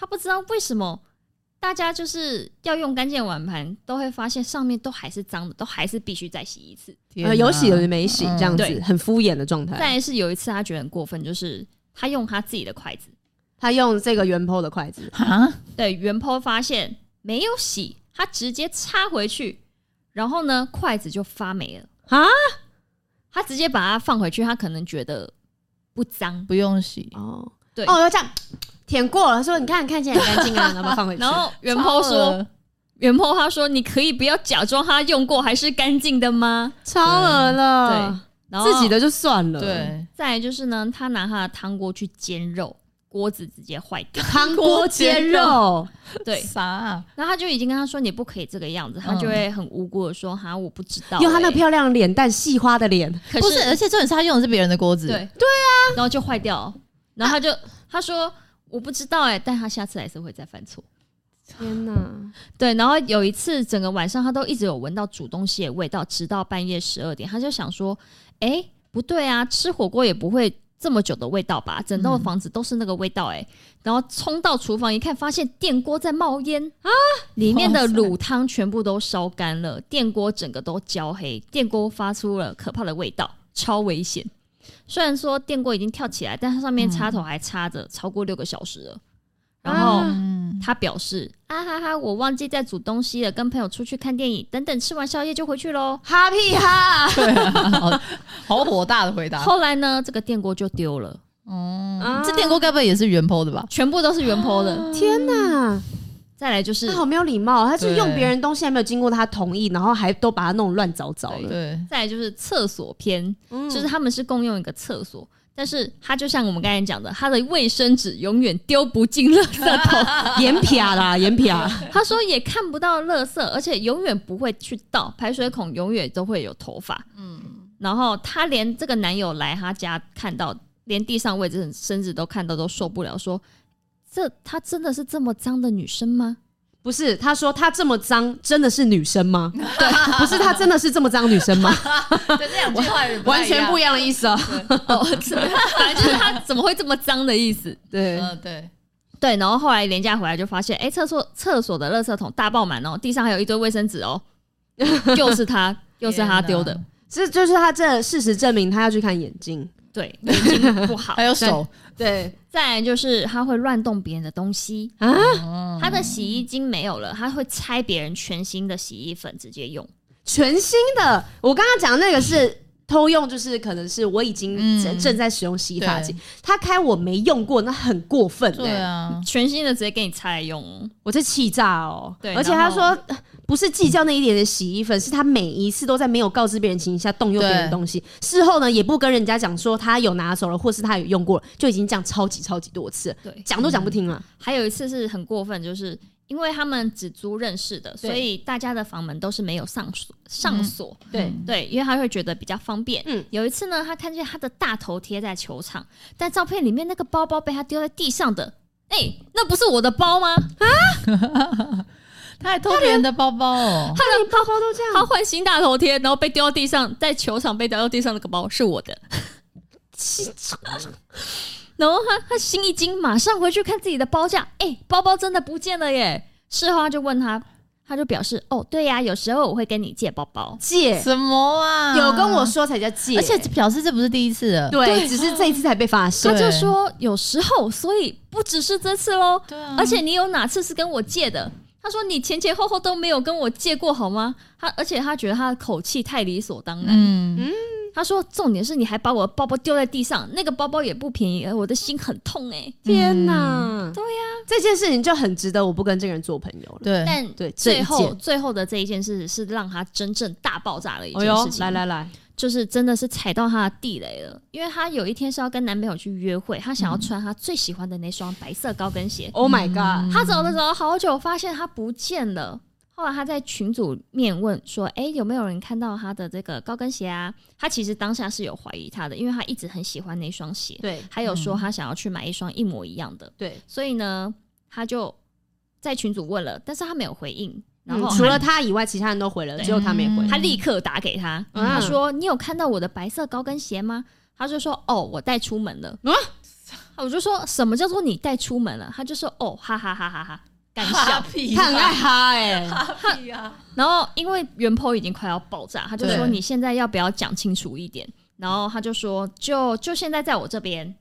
他不知道为什么大家就是要用干净的碗盘，都会发现上面都还是脏的，都还是必须再洗一次。
呃，有洗有
有
的没洗，这样子
嗯对
很敷衍的状
再
态。
来是有一次他觉得很过分，就是他用他自己的筷子，
她用这个圆剖的筷子，
啊，
对袁坡发现没有洗，他直接插回去，然后呢筷子就发霉了
啊！
他直接把它放回去，他可能觉得不脏，
不用洗，
哦，
对
哦，要这样舔过了，说你看看起来很干净啊，然后把它放回去。
然后袁坡
超
说
恶。
袁坡他说：“你可以不要假装他用过还是干净的吗
超额了，？”
然后
自己的就算了，，
对，
再来就是呢，他拿他的汤锅去煎肉，锅子直接坏掉。
汤锅煎肉，
对，
啥啊？
然后他就已经跟他说：“你不可以这个样子。”他就会很无辜的说：“哈，我不知道、
嗯
欸。”
用她那漂亮的脸蛋、细花的脸，
可
不是，而且重点是他用的是别人的锅子，
对，对啊，然后就坏掉了。然后他就、他说：“我不知道哎、但他下次还是会再犯错。”
天哪！
对，然后有一次整个晚上他都一直有闻到煮东西的味道，直到半夜十二点，他就想说，哎，不对啊，吃火锅也不会这么久的味道吧？整栋房子都是那个味道哎、然后冲到厨房一看，发现电锅在冒烟啊，里面的卤汤全部都烧干了，电锅整个都焦黑，电锅发出了可怕的味道，超危险。虽然说电锅已经跳起来，但它上面插头还插着，超过六个小时了。然后
啊
嗯，
他表示：“啊哈哈，我忘记在煮东西了，跟朋友出去看电影，等等吃完宵夜就回去喽。
哈屁哈，
对 啊，好好火大的回答。
后来呢，这个电锅就丢了，
啊
嗯，这电锅该不会也是原剖的吧？
全部都是原坡的。
天哪！
再来就是
他，啊好没有礼貌，他啊是
对
用别人东西还没有经过他同意，然后还都把它弄乱糟糟的，
对，
再来就是厕所篇，
嗯
就是他们是共用一个厕所。但是他就像我们刚才讲的，他的卫生纸永远丢不进垃圾桶。
眼撇啦，眼撇，
他说也看不到垃圾，而且永远不会去倒排水孔，永远都会有头发。
嗯，
然后她连这个男友来她家看到，连地上位置甚至都看到都受不了，说这她真的是这么脏的女生吗？
不是，他说他这么脏，真的是女生吗？对，不是他真的是这么脏女生吗？
对，这两句话
完全不一样的意思啊！
哦， 反正就是嗯她怎么会这么脏的意思？
对，
嗯，对，
对，然后后来廉价回来就发现，哎，厕所厕所的垃圾桶大爆满哦，地上还有一堆卫生纸 哦，又是她，又是她丢的
天，
这就是他这事实证明他要去看眼睛，
对， 眼睛不好
还。有手，
对
再来就是她会乱动别人的东西，
啊，
嗯
她的洗衣精没有了，她会拆别人全新的洗衣粉直接用。
全新的。我刚刚讲的那个是偷用就是可能是我已经
嗯
正正在使用洗发
对
精，他开我没用过，那很过分、
对
欸，
啊，
全新的直接给你拆来用哦。
我在气炸哦、
对
而且他
然后
说呃不是计较那一点的洗衣粉，是他每一次都在没有告知别人情形下动用别人的
对
东西，事后呢也不跟人家讲说他有拿走了，或是他有用过了，就已经讲超级超级多次了，
对，
讲都讲不听了。
还有一次是很过分，就是因为他们只租认识的，
对
所以大家的房门都是没有上锁上锁。
对
嗯
对，因为他会觉得比较方便。
嗯
嗯，有一次呢，他看见他的大头贴在球场，但照片里面那个包包被他丢在地上的，哎、那不是我的包吗？
他还偷别人的包包哦，
他连包包都这
他，换新大头贴，然后被丢到地上，在球场被丢到地上那个包是我的。然后他他心一惊，马上回去看自己的包架，哎、包包真的不见了耶！事后他就问他，他就表示，哦，对呀、有时候我会跟你借包包。
借
什么啊？
有跟我说才叫借，
而且表示这不是第一次了。
对，哦只是这一次才被发现
他。就
对
说有时候，所以不只是这次喽。
对啊
而且你有哪次是跟我借的？他说你前前后后都没有跟我借过好吗？他而且他觉得他的口气太理所当然。
嗯，
他说重点是你还把我的包包丢在地上，那个包包也不便宜，呃我的心很痛哎、
天哪！
对
呀，这件事情就很值得我不跟这个人做朋友了。
对，
但
嗯哎对这一
最
件
后最后的这一件事是让他真正大爆炸的一
哎
件
呦
事，情。
来来来，
就是真的是踩到她的地雷了，因为她有一天是要跟男朋友去约会，她想要穿她最喜欢的那双白色高跟鞋。
，Oh my god！
她走的时候好久，发现她不见了。后来她在群组面问说：“哎、有没有人看到她的这个高跟鞋啊？”她其实当下是有怀疑她的，因为她一直很喜欢那双鞋，
对
还有
嗯
说她想要去买一双一模一样的，
对，
所以呢，她就在群组问了，但是她没有回应，然
嗯
后
除
她
了他以外，其他人都回了，
对
只有他没回。
嗯
他立刻打给他，
嗯
他说：“你有看到我的白色高跟鞋吗？”他就说：“哦，我带出门了。”
啊
我就说什么叫做你带出门了？他就说：“哦，哈哈哈 哈哈，干笑。
屁
他很爱哈哎，
屁啊！”
然后因为原 po 已经快要爆炸，他就说：“
对
你现在要不要讲清楚一点？”然后他就说：“就就现在在我这边。”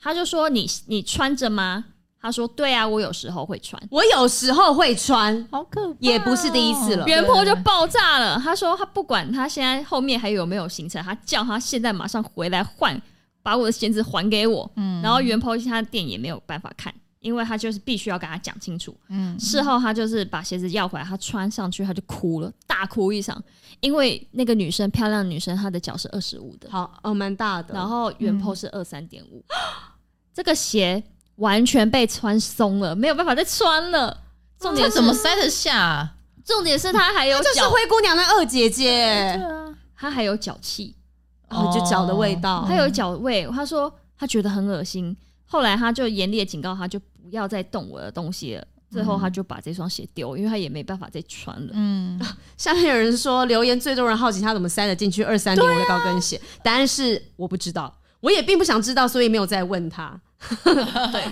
他就说：“你你穿着吗？”他说：“对啊，我有时候会穿。”
我有时候会穿，
好可怕，啊
也不是第一次了
原坡就爆炸了。他说他不管他现在后面还有没有行程，他叫他现在马上回来换，把我的鞋子还给我。
嗯
然后原坡他的店也没有办法看，因为他就是必须要跟他讲清楚。
嗯，
事后他就是把鞋子要回来，他穿上去他就哭了，大哭一场，因为那个女生漂亮的女生她的脚是二十五的，
好哦，蛮大的。
然后原坡是二三点五，这个鞋完全被穿松了，没有办法再穿了。重
这
点是
怎么塞得下啊？
重点是 他还有
就是
脚
灰姑娘的二姐姐，
啊，
他还有脚气，
哦，就脚的味道
他。有脚味。他说他觉得很恶心，后来他就严厉的警告他，就不要再动我的东西了。最
嗯
后他就把这双鞋丢，因为他也没办法再穿了。
嗯，
下面有人说留言最多人好奇他怎么塞得进去二三零的高跟鞋，答案是我不知道，我也并不想知道，所以没有再问他。对，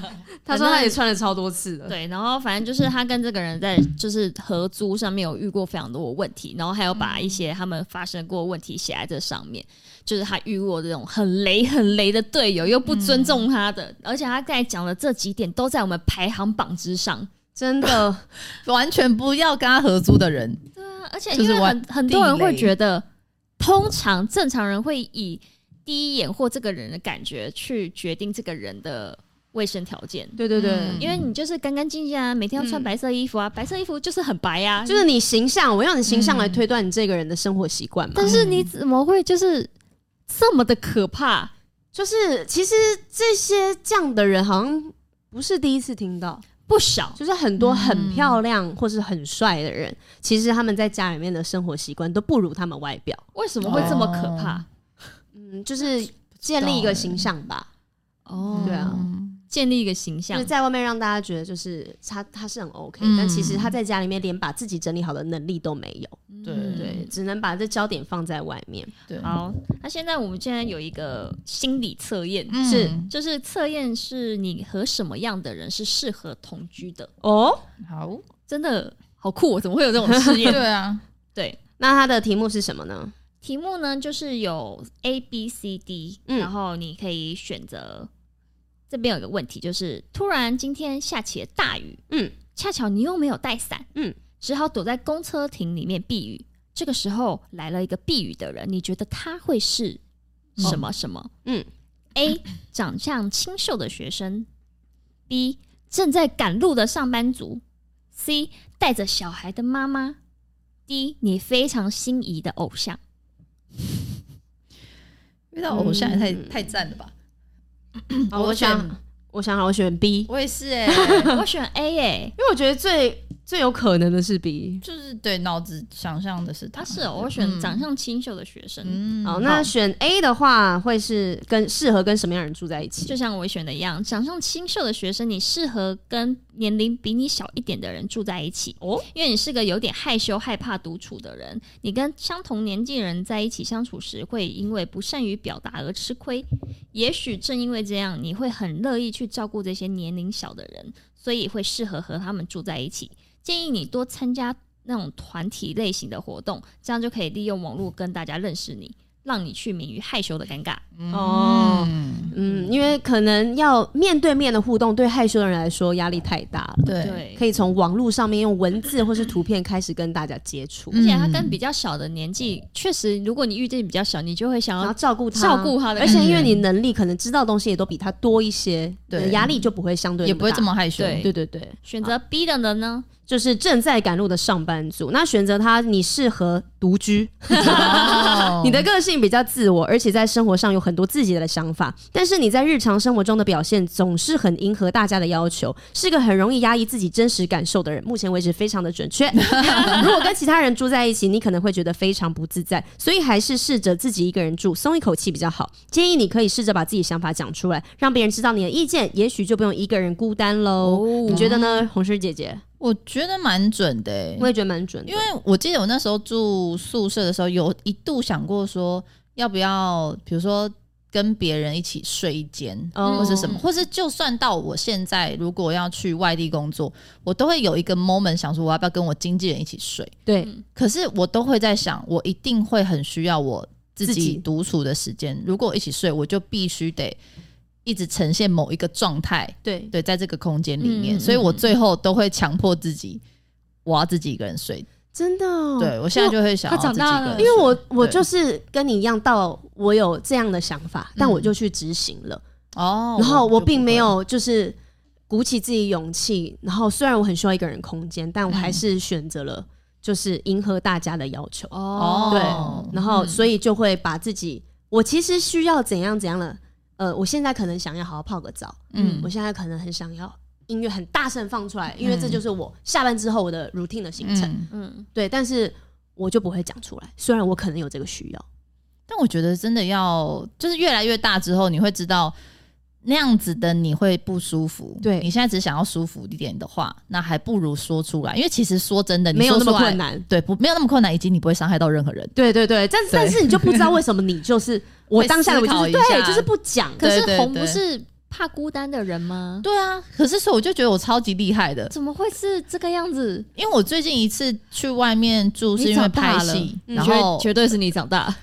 他说他也穿了超多次了。
对，然后反正就是他跟这个人在就是合租上面有遇过非常多的问题，然后还有把一些他们发生过的问题写在这上面，就是他遇过这种很雷很雷的队友，又不尊重他的，而且他刚才讲的这几点都在我们排行榜之上。
真的，
完全不要跟他合租的人，
对啊，而且
就
因
是
为
玩
很很多人
地
会
雷
觉得，通常正常人会以第一眼或这个人的感觉去决定这个人的卫生条件。
对对对，
嗯
因为你就是干干净净啊，每天要穿
嗯
白色衣服啊，白色衣服就是很白啊。
就是你形象，我用你形象来推断你这个人的生活习惯嘛。
但是你怎么会就是这么的可怕？
就是其实这些这样的人好像不是第一次听到，
不少，
就是很多很漂亮或是很帅的人，其实他们在家里面的生活习惯都不如他们外表。
为什么会这么可怕？
嗯，就是建立一个形象吧，
哦
对啊
嗯
建立一个形
就
象
是。在外面让大家觉得就是他他是很 OK，、
嗯
但其实他在家里面连把自己整理好的能力都没有，
对
嗯
对，只能把这焦点放在外面。
对，
好，那现在我们现在有一个心理测验，
嗯
是
就是测验是你和什么样的人是适合同居的，
哦，
好，
真的好酷、哦！怎么会有这种 事验？
对啊，
对，
那他的题目是什么呢？
题目呢就是有 A、B、C、D，、
嗯
然后你可以选择。这边有一个问题，就是突然今天下起了大雨，
嗯，
恰巧你又没有带伞，
嗯，
只好躲在公车亭里面避雨。这个时候来了一个避雨的人，你觉得他会是什么什么？
嗯
，A 长相清秀的学生，B 正在赶路的上班族，C 带着小孩的妈妈，D 你非常心仪的偶像。
遇到偶像也太、
嗯
太赞了吧！
好
嗯我
哦我
选
想，我想好，我选 B，
我也是哎、
我选 A 诶、
因为我觉得最最有可能的是 B。
就是对脑子想象的是
他
他，
是哦我选长相清秀的学生，
嗯
好，哦那选 A 的话，会是跟适合跟什么样的人住在一起？
就像我选的一样，长相清秀的学生，你适合跟年龄比你小一点的人住在一起
哦
哦，因为你是个有点害羞、害怕独处的人。你跟相同年纪人在一起相处时，会因为不善于表达而吃亏。也许正因为这样，你会很乐意去照顾这些年龄小的人，所以会适合和他们住在一起。建议你多参加那种团体类型的活动，这样就可以利用网络跟大家认识你，让你去免于害羞的尴尬。
哦，
嗯，
嗯，因为可能要面对面的互动，对害羞的人来说压力太大了。
对，
对，
可以从网络上面用文字或是图片开始跟大家接触，
嗯
而且他跟比较小的年纪，确、实，如果你遇见比较小，你就会想
然后
要
照顾他，
照顾他的
而
感觉，
且因为你能力可能知道的东西也都比他多一些，
对
你的压力就不会相对
也不会
大
这。么害羞，
对
对对对，
选择 B 的人呢，
就是正在赶路的上班族，那选择他，你适合独居，
哦
你的个性比较自我，而且在生活上有很多自己的想法，但是你在日常生活中的表现总是很迎合大家的要求，是个很容易压抑自己真实感受的人。目前为止非常的准 确。如果跟其他人住在一起，你可能会觉得非常不自在，所以还是试着自己一个人住，松一口气比较好。建议你可以试着把自己想法讲出来，让别人知道你的意见，也许就不用一个人孤单喽。
嗯
你觉得呢，红师姐姐？
我觉得蛮准的、欸
我，也觉得蛮准的，
因为我记得我那时候住宿舍的时候，有一度想过说要不要，比如说跟别人一起睡一间。
哦
或是什么，或是就算到我现在如果要去外地工作，我都会有一个 moment 想说我要不要跟我经纪人一起睡。
对
可是我都会在想，我一定会很需要我自
自己
己独处的时间。如果我一起睡，我就必须得一直呈现某一个状态，
对
对，在这个空间里面，
嗯
所以我最后都会强迫自己，我要自己一个人睡。
真的哦、
对我现在就会想要
他
自己
长
一
大
个人
了
睡，
因为我我
对
就是跟你一样，到我有这样的想法，但我就去执行了，
嗯哦，
然后
就
我
不
并没
会，
有就是鼓起自己勇气，然后虽然我很需要一个人空间，但我还
嗯
是选择了就是迎合大家的要求，
哦
对
哦，
然后
嗯
所以就会把自己，我其实需要怎样怎样了，呃，我现在可能想要好好泡个澡，
嗯
我现在可能很想要音乐很大声放出来，因为这
嗯
就是我下班之后我的 routine 的行程，
嗯
嗯，
对，但是我就不会讲出来，虽然我可能有这个需要。
但我觉得真的要，就是越来越大之后，你会知道那样子的你会不舒服。
对
你现在只想要舒服一点的话，那还不如说出来，因为其实说真呃的，你
没有那
说
么
出来
困，难。
对，不没有那么困难，以及你不会伤害到任何人。
对对对，但但是你就不知道为什么你就是 我当下的我就
思考
是
一
对，
下
就是不讲。
可
对
是
对
红不
对
是怕孤单的人吗？
对啊，可是所以我就觉得我超级厉害的，
怎么会是这个样子？
因为我最近一次去外面住是
你
因为
长大
拍
了
戏，
嗯
然
绝
后
绝对是你长大，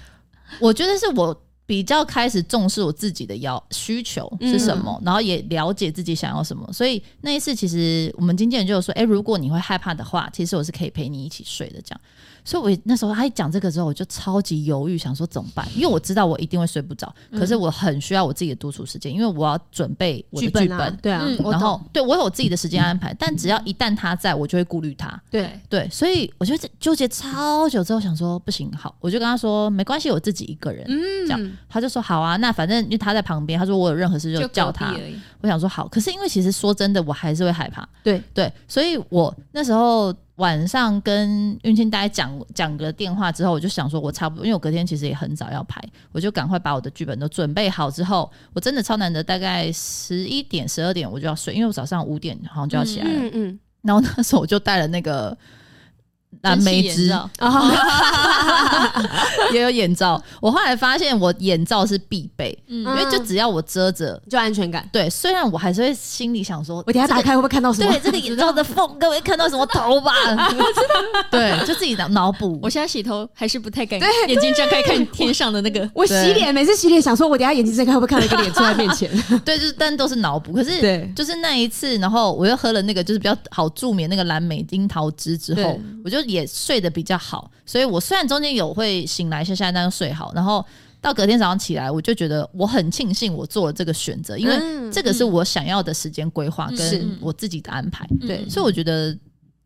我觉得是我比较开始重视我自己的要需求是什么，然后也了解自己想要什么。所以那一次，其实我们经纪人就有说：“哎、如果你会害怕的话，其实我是可以陪你一起睡的。”这样，所以我也那时候他一讲这个之后，我就超级犹豫，想说怎么办？因为我知道我一定会睡不着，可是我很需要我自己的独处时间，因为我要准备我的剧
本啊
本，。
对啊，
嗯我
然后对我有我自己的时间安排，但只要一旦他在我就会顾虑他，
对，
对，所以我就在纠结超久之后，想说不行，好，我就跟他说没关系，我自己一个人。
嗯
这样他就说好啊，那反正因为他在旁边，他说我有任何事就叫他
隔壁。而已
我想说好，可是因为其实说真的，我还是会害怕。
对
对，所以我那时候晚上跟运庆大家讲讲个电话之后，我就想说我差不多，因为我隔天其实也很早要拍，我就赶快把我的剧本都准备好之后，我真的超难得，大概十一点十二点我就要睡，因为我早上五点好像就要起来了。
嗯 嗯
然后那时候我就带了那个蓝莓
真是
汁
眼，罩
啊，
也有眼罩。我后来发现我眼罩是必备，因
嗯，
为就只要我遮着，
就安全感。
对，虽然我还是会心里想说，
我等一下打开会不会看到什
这
么。
个。？对，这个眼罩的缝，各位看到什么头吧？对，就自己脑脑补
我。现在洗头还是不太敢，眼睛张开看天上的那个
我洗脸，每次洗脸想说，我等一下眼睛睁开会不会看到一个脸坐在面前？
对， 就是但都是脑补。可是
对，
就是那一次，然后我又喝了那个就是比较好助眠那个蓝莓樱桃汁之后
对，
我就就也睡得比较好，所以我虽然中间有会醒来一下下，但又睡好，然后到隔天早上起来，我就觉得我很庆幸我做了这个选择，因为
嗯
这个是我想要的时间规划
是
跟我自己的安排。
对
所以我觉得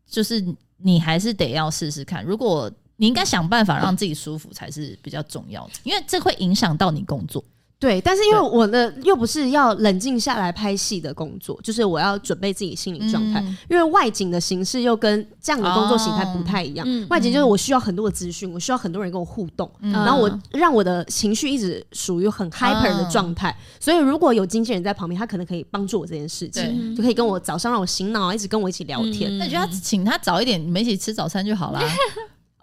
就是你还是得要试试看，如果。你应该想办法让自己舒服才是比较重要的，因为这会影响到你工作。
对，但是因为
对
我呢，又不是要冷静下来拍戏的工作，就是我要准备自己心理状态，
嗯
因为外景的形式又跟这样的工作形态不太
哦
一样。
嗯
外景就是我需要很多的资讯，我需要很多人跟我互动，
嗯啊
然后我让我的情绪一直属于很 hyper 的状态。所以如果有经纪人在旁边，他可能可以帮助我这件事情，
对，
就可以跟我早上让我醒脑，一直跟我一起聊
嗯
天。
那你就要请他早一点，你们一起吃早餐就好啦。嗯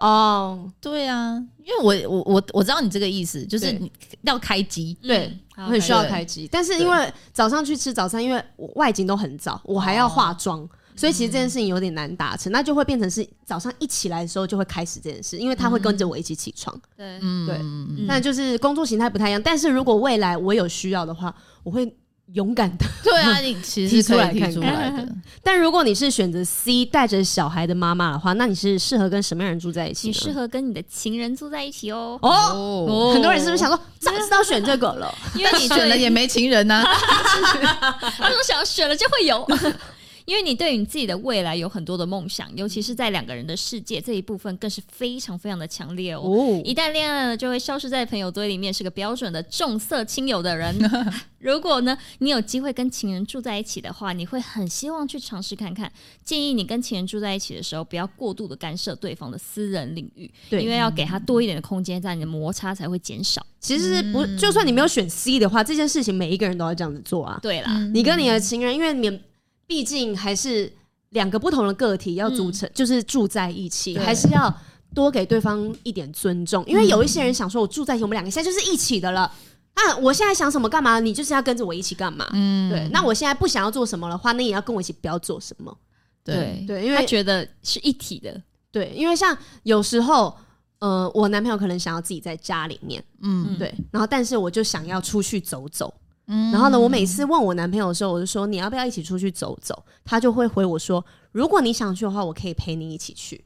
哦，
对啊，因为我我我我知道你这个意思，就是
对
你要开机，
对，
嗯
我很需要
啊对
开机，但是因为早上去吃早餐，因为我外景都很早，我还要化
哦
妆，所以其实这件
嗯
事情有点难达成，那就会变成是早上一起来的时候就会开始这件事，因为他会跟着我一起起床。
对，
嗯，
对
嗯
但就是工作形态不太一样，但是如果未来我有需要的话，我会勇敢的。
对啊，你其实是可以提出来
提出来看
的。
但如果你是选择 C 带着小孩的妈妈的话，那你是适合跟什么样的人住在一起
你
呢？
适合跟你的情人住在一起哦，
哦。
哦，
很多人是不是想说，早知道选这个 了？
因为
但
你
选了
对
也没情人啊呐，
他说想选了就会有，因为你对你自己的未来有很多的梦想，尤其是在两个人的世界这一部分更是非常非常的强烈哦。
哦，
一旦恋爱了，就会消失在朋友堆里面，是个标准的重色轻友 的人。如果呢，你有机会跟情人住在一起的话，你会很希望去尝试看看。建议你跟情人住在一起的时候，不要过度的干涉对方的私人领域，
对
因为要给他多一点的空间，这样你的摩擦才会减少。
其实是
嗯
不，就算你没有选 C 的话，这件事情每一个人都要这样子做啊。
对啦，
你跟你的情人，因为你们毕竟还是两个不同的个体，要组成、就是住在一起，
对
还是要多给对方一点尊重。因为有一些人想说，我住在一起，我们两个现在就是一起的了。那、我现在想什么干嘛，你就是要跟着我一起干嘛。
嗯
对，那我现在不想要做什么的话，那也要跟我一起不要做什么。
对，
对，因
他
为
觉得是一体的，
对，因为像有时候，呃，我男朋友可能想要自己在家里面，
嗯
对，然后但是我就想要出去走走，
嗯
然后呢，我每次问我男朋友的时候，我就说你要不要一起出去走走？他就会回我说，如果你想去的话，我可以陪你一起去。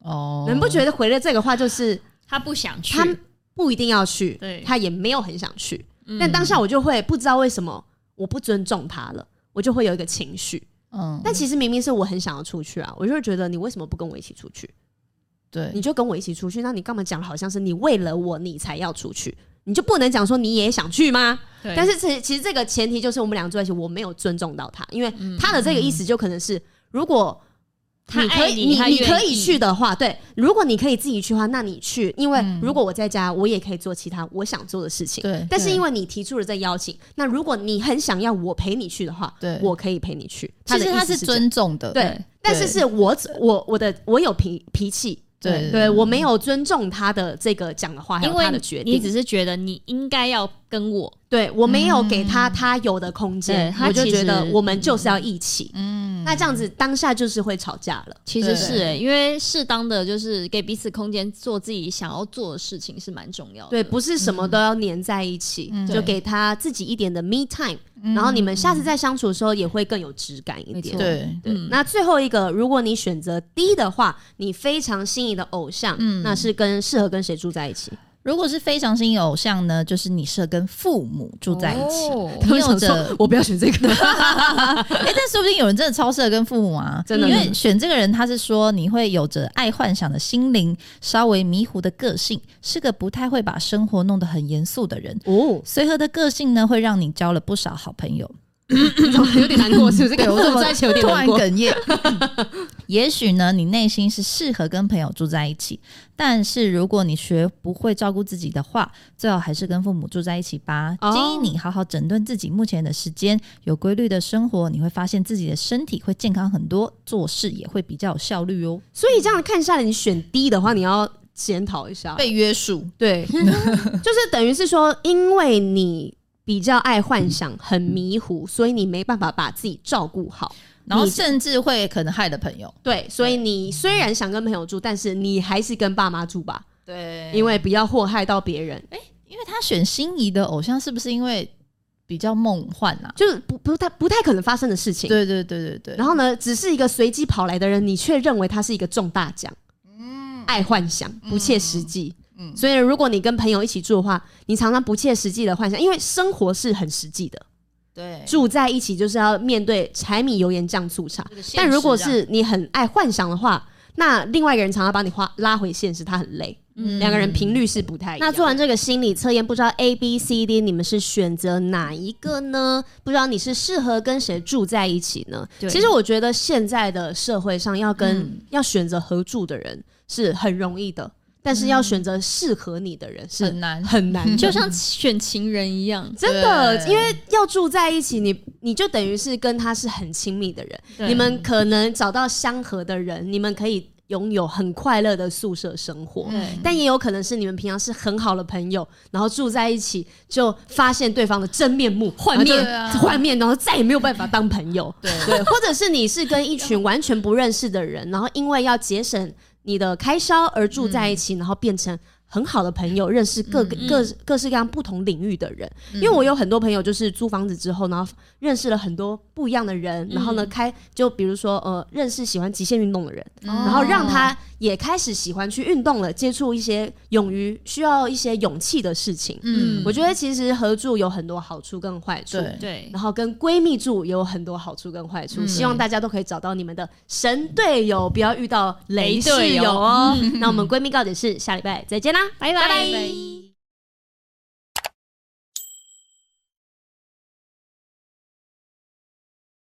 哦
人不觉得回了这个话就是
他不想去
他，不一定要去
对，
他也没有很想去，
嗯
但当下我就会不知道为什么我不尊重他了。我就会有一个情绪，
嗯
但其实明明是我很想要出去啊，我就会觉得你为什么不跟我一起出去？
对
你就跟我一起出去，那你干嘛讲好像是你为了我你才要出去？你就不能讲说你也想去吗？
对
但是其其实这个前提就是我们俩住在一起，我没有尊重到他，因为
嗯
他的这个意思就可能是，如果
他
你可
爱
以
你
你
他
你
愿
可以
意
去的话，对，如果你可以自己去的话，那你去，因为如果我在家，我也可以做其他我想做的事情。
嗯对，
但是因为你提出了这邀请，那如果你很想要我陪你去的话，
对
我可以陪你去。
其
的
实
意
他
思
是
这样
尊重的，
对，但是是我我我的我有脾脾气，
对
对我没有尊重他的这个讲的话，还
因
有他
为
的决
你
定，
只是觉得你应该要跟我，
对我没有给
嗯
他他有的空间
对，他
我就
其
觉得
实
我们就是要一起，
嗯
那这样子当下就是会吵架了。
其
对
实是、欸、因为适当的就是给彼此空间，做自己想要做的事情是蛮重要的。
对，不是什么都要黏在一起，
嗯
就
对
给他自己一点的 me time，、然后你们下次再相处的时候也会更有质感一
没
点。
错
对
对，那最后一个，如果你选择 D 的话，你非常心仪的偶像，
嗯
那是跟适合跟谁住在一起？
如果是非常心仪偶像呢，就是你适合跟父母住在一起。
哦
你有着，
我不要选这 个，
哎、但说不定有人真的超适合跟父母啊，
真的
因为选这个人，他是说你会有着爱幻想的心灵，稍微迷糊的个性，是个不太会把生活弄得很严肃的人。
哦，
随和的个性呢，会让你交了不少好朋友。
有点难过，是不是？
对
跟
我怎
父母
么
在一起有点
突
难
然
过。
哽咽？ 也许呢，你内心是适合跟朋友住在一起，但是如果你学不会照顾自己的话，最好还是跟父母住在一起吧。
哦
建议你好好整顿自己目前的时间，有规律的生活，你会发现自己的身体会健康很多，做事也会比较有效率哦。
所以这样看下来，你选 D 的话，你要检讨一下。
被约束，
对，就是等于是说，因为你比较爱幻想，很迷糊，所以你没办法把自己照顾好。
然后
你
甚至会可能害了朋友。
对，所以你虽然想跟朋友住，但是你还是跟爸妈住吧，
对
因为不要祸害到别人。
因为他选心仪的偶像，是不是因为比较梦幻啊？
就是不不太不太可能发生的事情。
对对对对对。
然后呢，只是一个随机跑来的人，你却认为他是一个中大奖，爱幻想，不切实际。
嗯
所以如果你跟朋友一起住的话，你常常不切实际的幻想，因为生活是很实际的，
对，
住在一起就是要面对柴米油盐酱醋茶。
啊
但如果是你很爱幻想的话，那另外一个人常常把你话拉回现实，他很累。
嗯
两个人频率是不太一样。那做完这个心理测验，不知道 A、B、C、D 你们是选择哪一个呢？不知道你是适合跟谁住在一起呢？
对
其实我觉得现在的社会上要跟、
嗯
要选择合住的人是很容易的，但是要选择适合你的人是
很难，
很 难的。
就像选情人一样，
真的，
对
因为要住在一起，你你就等于是跟他是很亲密的人，
对
你们可能找到相合的人，你们可以拥有很快乐的宿舍生活。
对
但也有可能是你们平常是很好的朋友，然后住在一起就发现对方的真面目，幻
啊
面
对啊。
幻面，然后再也没有办法当朋友
对
对，嗯或者是你是跟一群完全不认识的人，然后因为要节省你的开销而住在一起，然后变成很好的朋友，认识各个、
嗯
各各式各样不同领域的人。因为
嗯
我有很多朋友就是租房子之后，然后认识了很多不一样的人，然后呢开就比如说呃认识喜欢极限运动的人，然后
哦
让他也开始喜欢去运动了，接触一些勇于需要一些勇气的事情。
嗯
我觉得其实合住有很多好处跟坏处，
对
对，
然后跟闺蜜住也有很多好处跟坏处，
嗯
希望大家都可以找到你们的神队友，不要遇到雷
雷
室
队友
友哦。那我们闺蜜告解室下礼拜再见啦，拜
拜拜